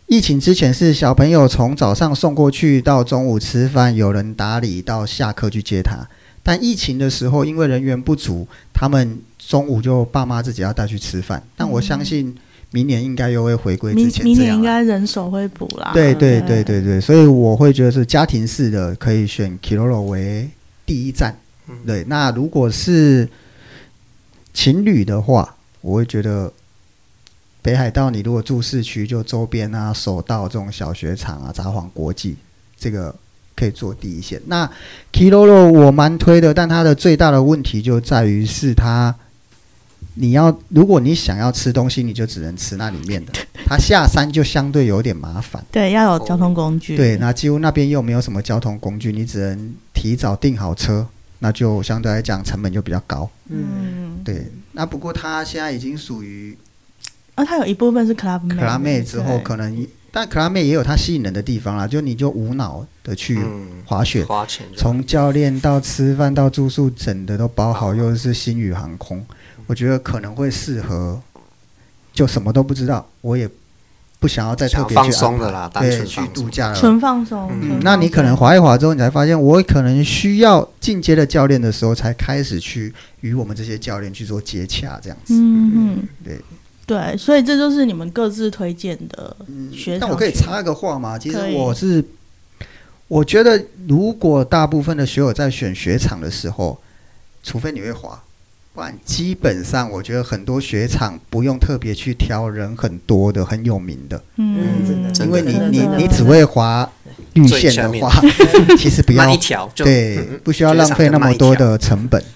B: 疫情之前是小朋友从早上送过去到中午吃饭，有人打理到下课去接他。但疫情的时候，因为人员不足，他们中午就爸妈自己要带去吃饭。但我相信明年应该又会回归之
A: 明
B: 前
A: 嗯明
B: 这
A: 年
B: 样啊
A: 应
B: 了。
A: 该人手会补啦。
B: 对对
A: 对
B: 对对对，所以我会觉得是家庭式的可以选 Kiroro 为第一站。对，那如果是情侣的话，我会觉得北海道你如果住市区，就周边啊、首道这种小雪场啊、札幌国际这个可以做第一线。那 Kiroro 我蛮推的，但它的最大的问题就在于是它。你要，如果你想要吃东西，你就只能吃那里面的。它下山就相对有点麻烦。
A: 对，要有交通工
D: 嗯
A: 具。
B: 对，那几乎那边又没有什么交通工具，你只能提早订好车，那就相对来讲成本就比较高。
A: 嗯，
B: 对，那不过它现在已经属于
A: 啊，它有一部分是 club
B: 克拉妹之后，
A: 对
B: 可能但克拉妹也有它吸引人的地方啦，就你就无脑的去
D: 嗯，
B: 滑雪，
D: 花钱就
B: 从教练到吃饭到住宿，整的都包好，又是星宇航空，我觉得可能会适合，就什么都不知道，我也不想要再特别去
D: 想要放松
B: 安排
D: 了啦单
B: 对，
D: 纯
B: 去
D: 放松
B: 度假了，
A: 纯放松。
D: 嗯
A: 纯
B: 嗯
A: 放，
B: 那你可能
A: 松
B: 滑一滑之后，你才发现，我可能需要进阶的教练的时候，才开始去与我们这些教练去做接洽，这样子。
A: 嗯嗯，
B: 对
A: 对，所以这就是你们各自推荐的嗯学长
B: 但嗯我可以
A: 学
B: 插个话吗？其实
A: 可以
B: 我是，我觉得如果大部分的学友在选雪场的时候，除非你会滑，不然基本上我觉得很多雪场不用特别去挑人很多的、很有名的，
A: 嗯，
C: 嗯真的
B: 因为你
A: 真的
B: 你
A: 真的
B: 你只会滑绿线的话， 其实不
D: 那
B: 要
D: 一条就嗯
B: 对，不需要浪费那么多的成本。对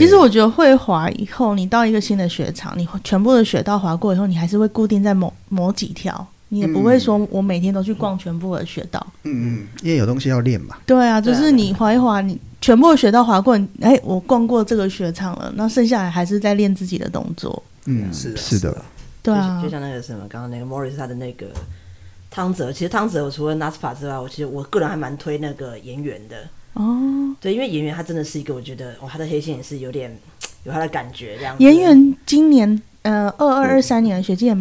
A: 其实我觉得会滑以后，你到一个新的雪场，你全部的雪道滑过以后，你还是会固定在某某几条，你也
B: 嗯
A: 不会说我每天都去逛全部的雪道。
B: 嗯嗯，因为有东西要练嘛。
A: 对啊，就
C: 对啊
A: 是你滑一滑，你全部的雪道滑过，你哎，我逛过这个雪场了，那剩下来还是在练自己的动作。
B: 嗯，
D: 是
B: 是的，
A: 对啊
C: 就，像那个什么，刚刚那个 Morris 他的那个汤泽，其实汤泽我除了 NASPA 之外，我其实我个人还蛮推那个演员的，
A: 哦，
C: 对，因为演员他真的是一个，我觉得哦哇，他的黑线也是有点有他的感觉这样子。
A: 岩原今年呃二二二三年的雪季也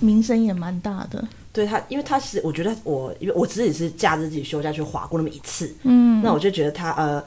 A: 名声也蛮大的，
C: 对他，因为他是我觉得我，因为我自己是假日自己休假去滑过那么一次，
A: 嗯，
C: 那我就觉得他呃，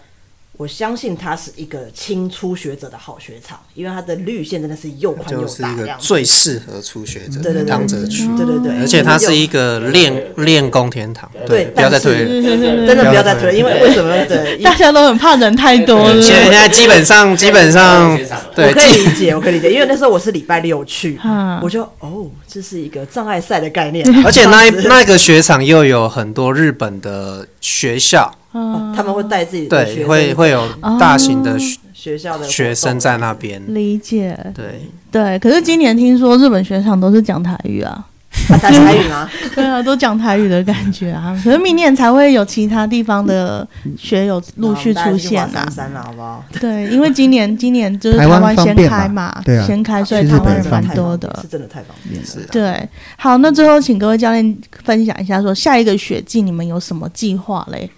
C: 我相信他是一个轻初学者的好雪场，因为他的绿线真的是又宽又
D: 就是
C: 大
D: 一
C: 这
D: 个
C: 样子。
D: 最适合初学者
C: 对对
D: 的
C: 对，
D: 当者区，
C: 对对对，
D: 而且它是
C: 又
D: 一个练练功天堂，
C: 对
D: 不要再
C: 但是
D: 推 了。
C: 真的不要再推了，因为为什么？对，因为
A: 大家都很怕人太多了。
D: 现在现在基本上基本上对
C: 我可以
D: 基
C: 理解，我可以理解，因为那时候我是礼拜六去
A: 嗯，
C: 我就哦，这是一个障碍赛的概念，
D: 而且那一
C: 这样子
D: 那个雪场又有很多日本的学校，
A: 嗯
C: 哦他们会带自己的学
D: 对，
C: 生
D: 会会有大型的学
C: 学校的嗯
D: 学生在那边，
A: 理解，
D: 对，
A: 对。可是今年听说日本雪场都是讲台语啊，
C: 活动啊台台语吗？
A: 对啊，都讲台语的感觉啊。可是明年才会有其他地方的学友陆续出现
C: 啊
A: 啊，。
C: 三了好不好？
A: 对，因为今年今年就是
B: 台
A: 台
B: 湾
A: 湾
B: 方
A: 先
B: 便
A: 开
B: 嘛
A: 嘛，
B: 对啊
A: 先开，哎所以
B: 去日
A: 台
B: 本
A: 湾人
B: 方
A: 蛮
B: 便
A: 多的
C: 是。真的太方便了。
D: 是的。
A: 对，好，那最后请各位教练分享一下说下一个雪季你们有什么计划嘞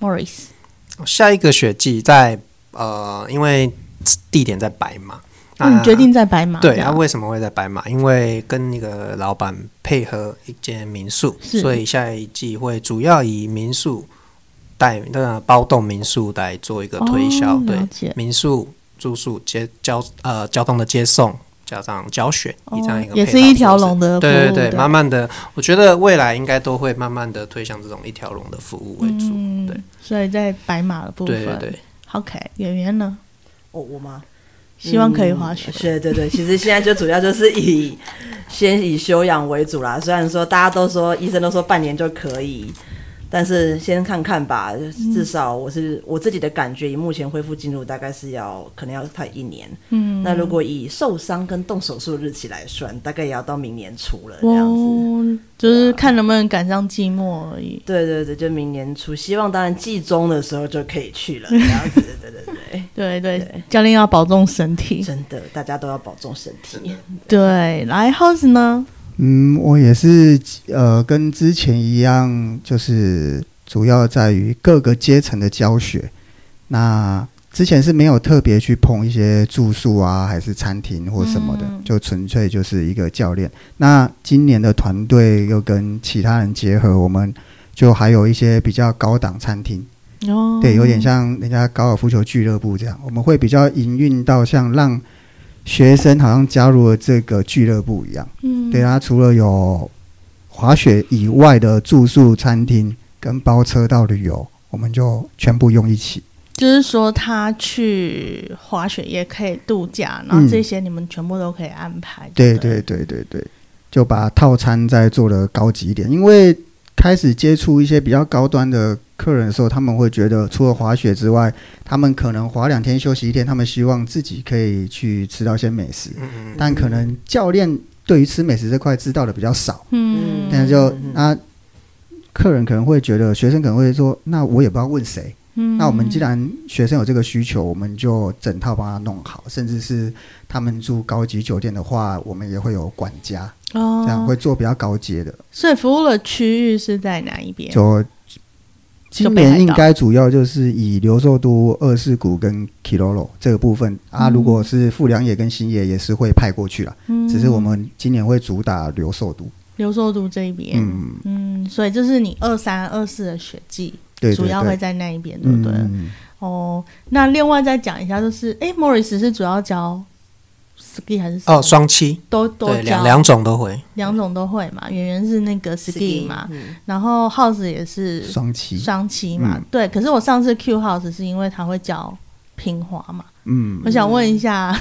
A: ？Morris，
D: 下一个雪季在呃，因为地点在白马。
A: 嗯，决定在白马。
D: 啊对，
A: 这
D: 他、
A: 样
D: 为什么会在白马？因为跟那个老板配合一间民宿，
A: 是
D: 所以下一季会主要以民宿带那个包栋民宿来做一个推销，
A: 哦了
D: 对，
A: 解。
D: 民宿住宿接交呃交通的接送。加上教学，
A: 哦
D: 以这样一个、
A: 也是一条龙。的服务
D: 对对对，
A: 的
D: 慢慢的，我觉得未来应该都会慢慢的推向这种一条龙的服务为主。
A: 嗯，
D: 对
A: 所以在白马的部分，
D: 对对嗯对，
A: OK，演员呢？
C: 哦，我吗？
A: 希望可以滑雪。
C: 是，对对，其实现在就主要就是以先以休养为主啦。虽然说大家都说医生都说半年就可以，但是先看看吧。
A: 嗯
C: 至少我是、我自己的感觉，以目前恢复进度大概是要可能要快一年。
A: 嗯，
C: 那如果以受伤跟动手术日期来算，大概也要到明年初了这样子。
A: 我就是看能不能赶上寂寞而已。
C: 对对对，就明年初，希望当然季中的时候就可以去了，这样子。对对对对，
A: 对对，
C: 对
A: 教练要保重身 体。
C: 真的，大家都要保重身体。
A: 对，来 House 呢？
B: 嗯，我也是呃，跟之前一样，就是主要在于各个阶层的教学。那之前是没有特别去碰一些住宿啊，还是餐厅或什么的，
A: 嗯
B: 就纯粹就是一个教练。那今年的团队又跟其他人结合，我们就还有一些比较高档餐厅，
A: 哦，
B: 对，有点像人家高尔夫球俱乐部这样，我们会比较营运到像让学生好像加入了这个俱乐部一样。
A: 嗯，
B: 对，它啊除了有滑雪以外的住宿、餐厅跟包车到旅游，我们就全部用一起。
A: 就是说他去滑雪也可以度假，然后这些你们全部都可以安排。
B: 对
A: 不
B: 嗯对对对对，就把套餐再做的高级一点，因为开始接触一些比较高端的客人的时候，他们会觉得除了滑雪之外，他们可能滑两天休息一天，他们希望自己可以去吃到一些美食，
D: 嗯嗯，
B: 但可能教练对于吃美食这块知道的比较少。
A: 嗯，
B: 但是就
C: 嗯
B: 那客人可能会觉得，学生可能会说，那我也不知道问谁。
A: 嗯
B: 那我们既然学生有这个需求，我们就整套帮他弄好，甚至是他们住高级酒店的话，我们也会有管家，
A: 哦
B: 这样会做比较高阶的。
A: 所以服务的区域是在哪一边？
B: 就今年应该主要就是以留寿都、二世谷跟 Kilolo 这个部分啊，
A: 嗯
B: 如果是富良野跟新野也是会派过去啦，
A: 嗯
B: 只是我们今年会主打留寿都。
A: 留寿都这一边。
B: 嗯，
A: 嗯，所以就是你二三二四的雪季，
B: 对对对，
A: 主要会在那一边，对不
B: 嗯
A: 对？
B: 嗯
A: 哦，那另外再讲一下，就是哎，Morris 是主要教 ski 还是什么
D: 哦，双七，
A: 都都
D: 对，
A: 教
D: 两两种都会。
A: 两种都会嘛？圆圆是那个 ski 嘛，
C: 嗯
A: 然后 House 也是
B: 双旗，
A: 双旗嘛，
B: 嗯
A: 对。可是我上次 Q House 是因为他会教平滑嘛，
B: 嗯，
A: 我想问一下，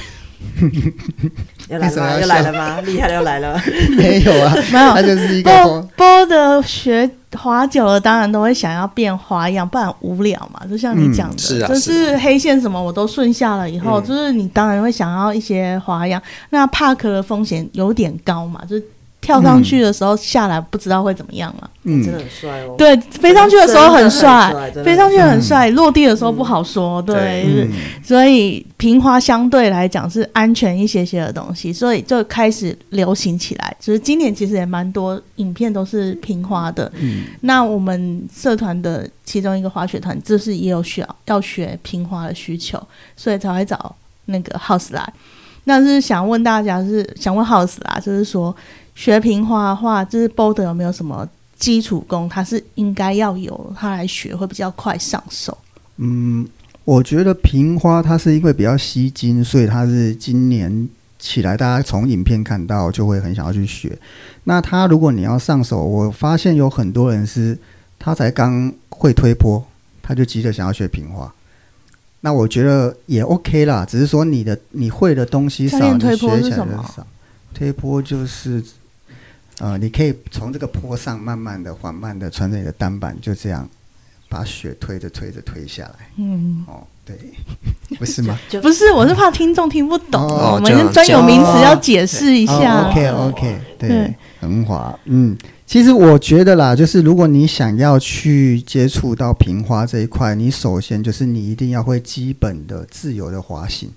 C: 又来
B: 为什么
C: 了
B: 要
C: 吗？又来了 吗？厉害了，又来了。
B: 没有啊，
A: 没有
B: 它就是一
A: 波
B: 个
A: 波的学滑久了，当然都会想要变花样，不然无聊嘛。就像你讲的，
D: 嗯是啊
A: 就是是黑线什么我都顺下了以后，
D: 嗯
A: 就是你当然会想要一些花样。那帕克的风险有点高嘛，就是跳上去的时候下来不知道会怎么样嘛。
B: 嗯
C: 真的很帅哦。
A: 对，飞上去的时候很帅
C: 真的很帅真的很，嗯帅
A: 飞上去很帅，落地的时候不好说。对，
D: 对
B: 嗯，
A: 所以平滑相对来讲是安全一些些的东西，所以就开始流行起来。就是今年其实也蛮多影片都是平滑的。
B: 嗯
A: 那我们社团的其中一个滑雪团，就是也有需要要学平滑的需求，所以才会找那个 House 来。那是想问大家是，想问 House 啦，就是说学平滑的话，就是 Boulder 有没有什么基础功，它是应该要有，它来学会比较快上手。
B: 嗯，我觉得平花它是因为比较吸睛，所以它是今年起来，大家从影片看到就会很想要去学。那它如果你要上手，我发现有很多人是他才刚会推坡，他就急着想要学平花。那我觉得也 OK 啦，只是说你的你会的东西
A: 教
B: 少，
A: 练
B: 你
A: 推坡
B: 学
A: 是
B: 起
A: 什
B: 来的
A: 么
B: 少。推坡就是，呃，你可以从这个坡上慢慢的、缓慢的穿着你的单板，就这样把雪推着、推着、推下来。
A: 嗯，
B: 哦，对，不是吗？
C: 就
A: 不是，我是怕听众听不懂，
B: 哦
A: 我
D: 这样
A: 们专有名词要解释 一下。
B: 哦、OK OK，
A: 对
B: 对，横滑，嗯，其实我觉得啦，就是如果你想要去接触到平滑这一块，你首先就是你一定要会基本的自由的滑行。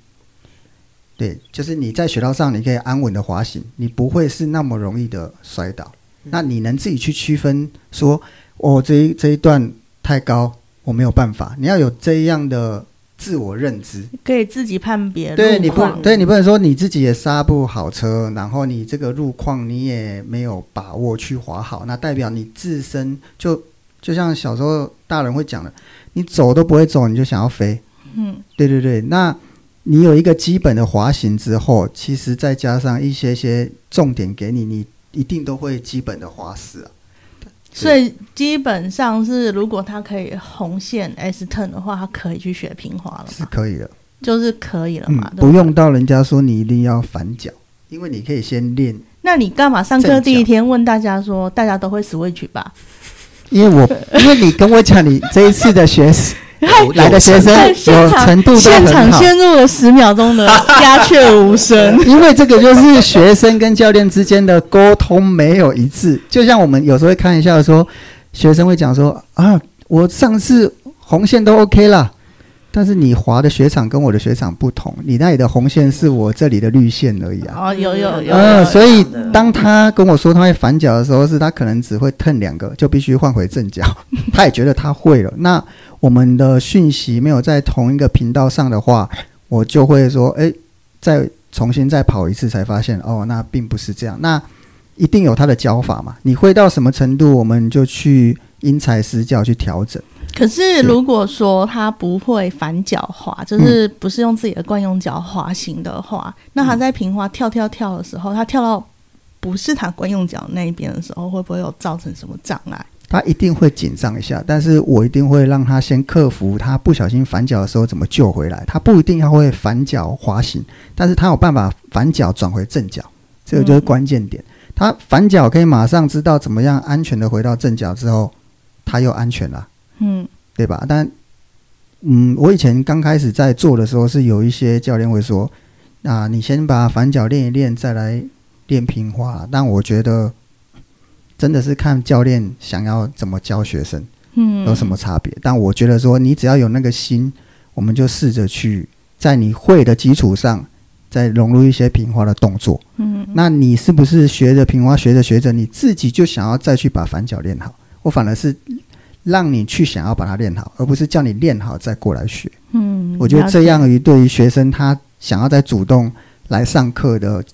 B: 对，就是你在雪道上，你可以安稳的滑行，你不会是那么容易的摔倒。
A: 嗯
B: 那你能自己去区分说，哦，这一这一段太高，我没有办法。你要有这样的自我认知。
A: 可以自己判别
B: 对你
A: 呃路
B: 不
A: 况，，
B: 对你不能说你自己也刹不好车，然后你这个路况你也没有把握去滑好，那代表你自身就就像小时候大人会讲的，你走都不会走，你就想要飞。
A: 嗯，
B: 对对对，那你有一个基本的滑行之后，其实再加上一些些重点给你，你一定都会基本的滑死啊。
A: 所以基本上是，如果他可以红线 S turn 的话，他可以去学平滑了
B: 是
A: 嘛，
B: 可以的，
A: 就是可以了
B: 嗯
A: 嘛，，对
B: 不
A: 吧
B: 用到人家说你一定要反脚，因为你可以先练。
A: 那你干嘛上课
B: 正
A: 第一
B: 讲
A: 天问大家说，大家都会 switch 吧？
B: 因为我， 因为你跟我讲你这一次的 学生
D: 有
B: 来的学生
A: 在
B: 有
A: 哎现场
B: 程度都
A: 现
B: 很
A: 场
B: 好，
A: 陷入了十秒钟的鸦雀无声。
B: 因为这个就是学生跟教练之间的沟通没有一致。 就像我们有时候会开玩笑说，学生会讲说啊，我上次红线都 OK 啦，但是你滑的雪场跟我的雪场不同，你那里的红线是我这里的绿线而已啊。
A: 哦，有有有有
B: 嗯，
A: 有，
B: 所以
C: 有
B: 当他跟我说他会反脚的时候，是他可能只会腾两个，就必须换回正脚。 他也觉得他会了。那我们的讯息没有在同一个频道上的话，我就会说，哎、再重新再跑一次，才发现哦，那并不是这样。那一定有他的教法嘛？你会到什么程度，我们就去因材施教去调整。
A: 可是嗯如果说他不会反脚滑，就是不是用自己的惯用脚滑行的话，那他在平滑跳跳跳的时候，他跳到不是他惯用脚那一边的时候，会不会有造成什么障碍？
B: 他一定会紧张一下，但是我一定会让他先克服他不小心反脚的时候怎么救回来。他不一定他会反脚滑行，但是他有办法反脚转回正脚，这个就是关键点。他反脚可以马上知道怎么样安全的回到正脚之后，他又安全了，
A: 嗯，
B: 对吧？但嗯，我以前刚开始在做的时候，是有一些教练会说：“啊，你先把反脚练一练，再来练平滑。”但我觉得真的是看教练想要怎么教学生
A: 嗯
B: 有什么差别。但我觉得说，你只要有那个心，我们就试着去在你会的基础上，再融入一些平滑的动作。
A: 嗯，
B: 那你是不是学着平花学着学着，你自己就想要再去把反脚练好？我反而是让你去想要把它练好，而不是叫你练好再过来学。
A: 嗯，
B: 我觉得
A: 了
B: 这
A: 解
B: 样于对于学生他想要再主动来上课的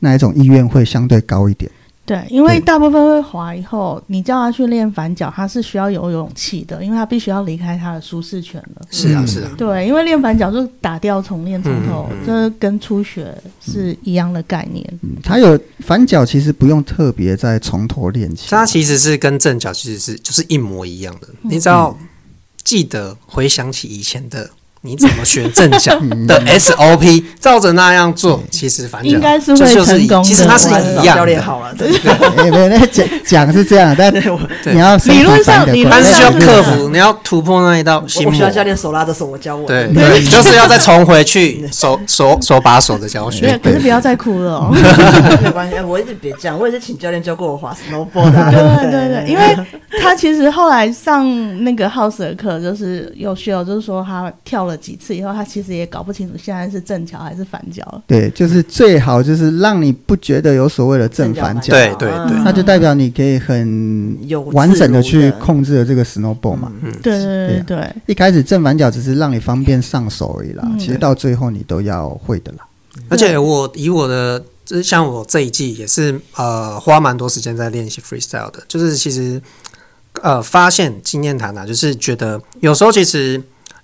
B: 那一种意愿会相对高一点。
A: 对，因为
B: 对
A: 大部分会滑以后，你叫他去练反脚，他是需要有勇气的，因为他必须要离开他的舒适圈了。
D: 是啊
B: 嗯
D: 是啊，
A: 对，因为练反脚就是打掉重练从头
D: 嗯嗯，嗯
A: 这跟初学是一样的概念。
B: 嗯，他有反脚其实不用特别再从头练起，
D: 它其实是跟正脚其实是就是一模一样的。
A: 嗯
D: 你只要
C: 嗯
D: 记得回想起以前的你怎么学正脚
C: 嗯
D: 的 SOP，照着那样做，其实反
A: 应
D: 脚
A: 该是会
D: 这就是
A: 成功的
D: 其实它是
A: 我
D: 一
C: 找
D: 样
C: 教练
D: 的，
C: 好了，啊真的
B: 哎，没有那讲讲是这样，但
C: 对我
D: 对
B: 你要身体
A: 理论上
B: 反得
A: 理
B: 过来
A: 论
D: 但是需要
A: 上
D: 克服，你要突破那一道心
C: 我需
D: 魔
C: 要。教练手拉着手，我教我。
D: 对，对，就是要再重回去手手手把手的教
A: 对，
D: 学。
A: 可是不要再哭了哦。
C: 没有关系，哎我一直别这样，我也是请教练教过我滑 snowboard 的啊。
A: 对对 对，因为他其实后来上那个 House 的课，就是有学友就是说他跳了几次以后，他其实也搞不清楚现在是正脚还是反脚了。
B: 对，就是最好就是让你不觉得有所谓的正反脚，
D: 对对
C: 啊
D: 对
B: 那就代表你可以很
C: 有
B: 完整的去
C: 控。
B: 控制了这个 snowball 嘛。
A: 嗯对对对对，
B: 一开始正反脚只是让你方便上手而已啦，
A: 嗯
B: 其实到最后你都要会的啦。
D: 而且我以我的，就是像我这一季也是呃花蛮多时间在练习 freestyle 的，就是其实呃发现经验谈啊，就是觉得有时候其实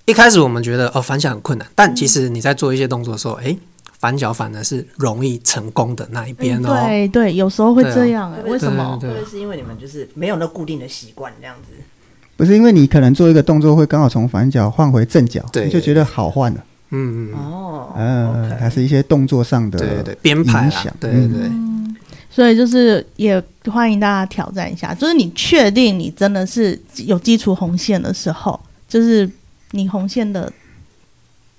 D: 一开始我们觉得哦反脚很困难，但其实你在做一些动作的时候，诶，反脚反而是容易成功的那一边哦。
A: 嗯对对，有时候会
D: 对啊
A: 这样哎，为什么？
C: 会
D: 对
C: 不会是因为你们就是没有那固定的习惯这样子？
B: 不是因为你可能做一个动作会刚好从反脚换回正脚，
D: 对
B: 你就觉得好换了。
D: 嗯嗯，
C: 哦
B: 嗯、它是一些动作上的
D: 对对对，编排
B: 影
D: 啊
B: 响，嗯
D: 对对对，
A: 嗯所以就是也欢迎大家挑战一下，就是你确定你真的是有基础红线的时候，就是你红线的，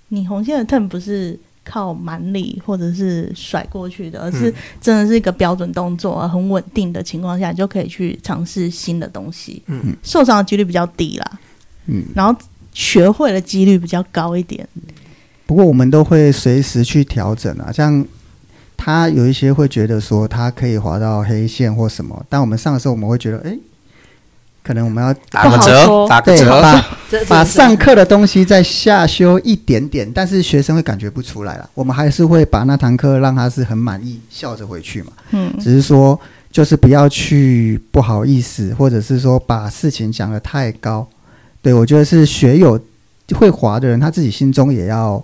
A: 你红线的 turn 不是靠蛮力或者是甩过去的，而是真的是一个标准动作，很稳定的情况下，你就可以去尝试新的东西，
D: 嗯，
A: 受伤的几率比较低啦，
B: 嗯，
A: 然后学会的几率比较高一点，
B: 不过我们都会随时去调整啊，像他有一些会觉得说他可以滑到黑线或什么，但我们上的时候我们会觉得，哎，可能我们要
D: 打个
A: 不好
D: 折，
A: 说
D: 打啊个
B: 对
D: 折，
B: 把
C: 这这
B: 把
C: 这
B: 上课的东西再下修一点点，但是学生会感觉不出来了。我们还是会把那堂课让他是很满意，笑着回去嘛。
A: 嗯，
B: 只是说，就是不要去不好意思，或者是说把事情讲得太高。对我觉得是学有会滑的人，他自己心中也要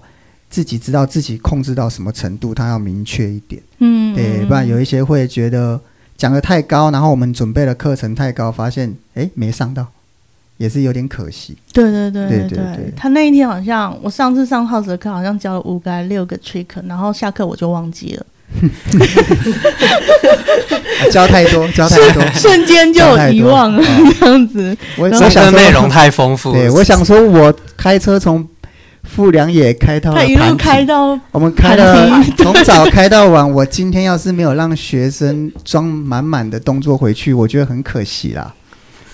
B: 自己知道自己控制到什么程度，他要明确一点。
A: 嗯，
B: 对，不然有一些会觉得讲得太高，然后我们准备的课程太高，发现诶没上到，也是有点可 惜。
A: 对对对
B: 对
A: 对
B: 对对
A: 他那一天好像我上次上耗子的课，好像教了五个还六个 trick，然后下课我就忘记 了，
B: 啊教太多，教太 多，
A: 瞬间就
B: 教太多
A: 遗忘 了
B: 哦
A: 这样子。
B: 我
A: 然
B: 哦我
A: 后
D: 这
B: 想
D: 个
B: 说
D: 内容太丰富了。
B: 对，我想说，我开车从富良野开到
A: 他一路
B: 盘锦
A: 开到
B: 我们开了
A: 盘皮
B: 从早开到晚，我今天要是没有让学生装满满的动作回去，我觉得很可惜啦。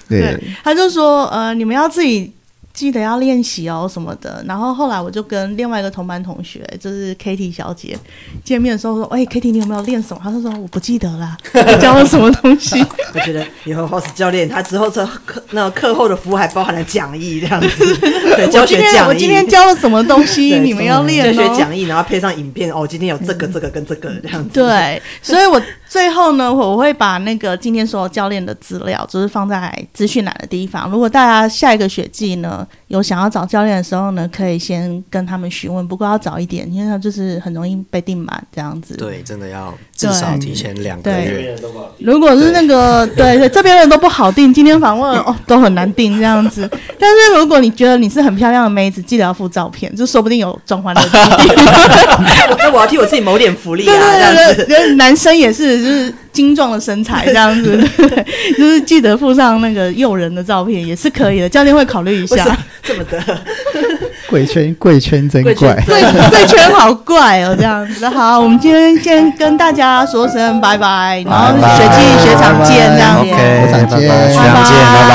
B: 对，
A: 他就说呃，你们要自己记得要练习哦什么的。然后后来我就跟另外一个同班同学，就是 Kitty 小姐见面的时候说，哎、k i t t y 你有没有练什么？她就说我不记得啦，你教我什么东西？
C: 我觉得以后 host 教练他之后这课那个课后的服务还包含了讲义这 样子， 对教
A: 我今
C: 学
A: 天
C: 讲义。
A: 我今天教了什么东西，
C: 对
A: 你们要练
C: 教学
A: 哦。嗯
C: 讲义，然后配上影片哦，今天有这个这个跟这个这样子。，
A: 对， 所以我最后呢，我会把那个今天所有教练的资料，就是放在资讯栏的地方。如果大家下一个学季呢有想要找教练的时候呢，可以先跟他们询问，不过要早一点，因为他就是很容易被订满这样子。
D: 对，真的要至少提前两个
A: 对
D: 月。
A: 如果是那个对对，这边的人都不好定，今天访问哦都很难定这样子。但是如果你觉得你是很漂亮的妹子，记得要附照片，就说不定有转换的机会。
C: 那我要替我自己谋点福利啊，这样
A: 对对
C: 子。
A: 对对，男生也是就是精壮的身材这样 子，对，就是记得附上那个诱人的照片也是可以的，教练会考虑一
C: 为什
A: 下
C: 么。 这么的？
B: 贵圈贵圈真
C: 贵圈
B: 怪。
A: 对，这圈好怪哦，这样子。好，我们今天先跟大家说声拜拜，然后
B: 拜拜
A: 学季学长见，这样子。
D: OK，
B: 学长见
D: 拜拜学
A: 拜
D: 长见，
A: 拜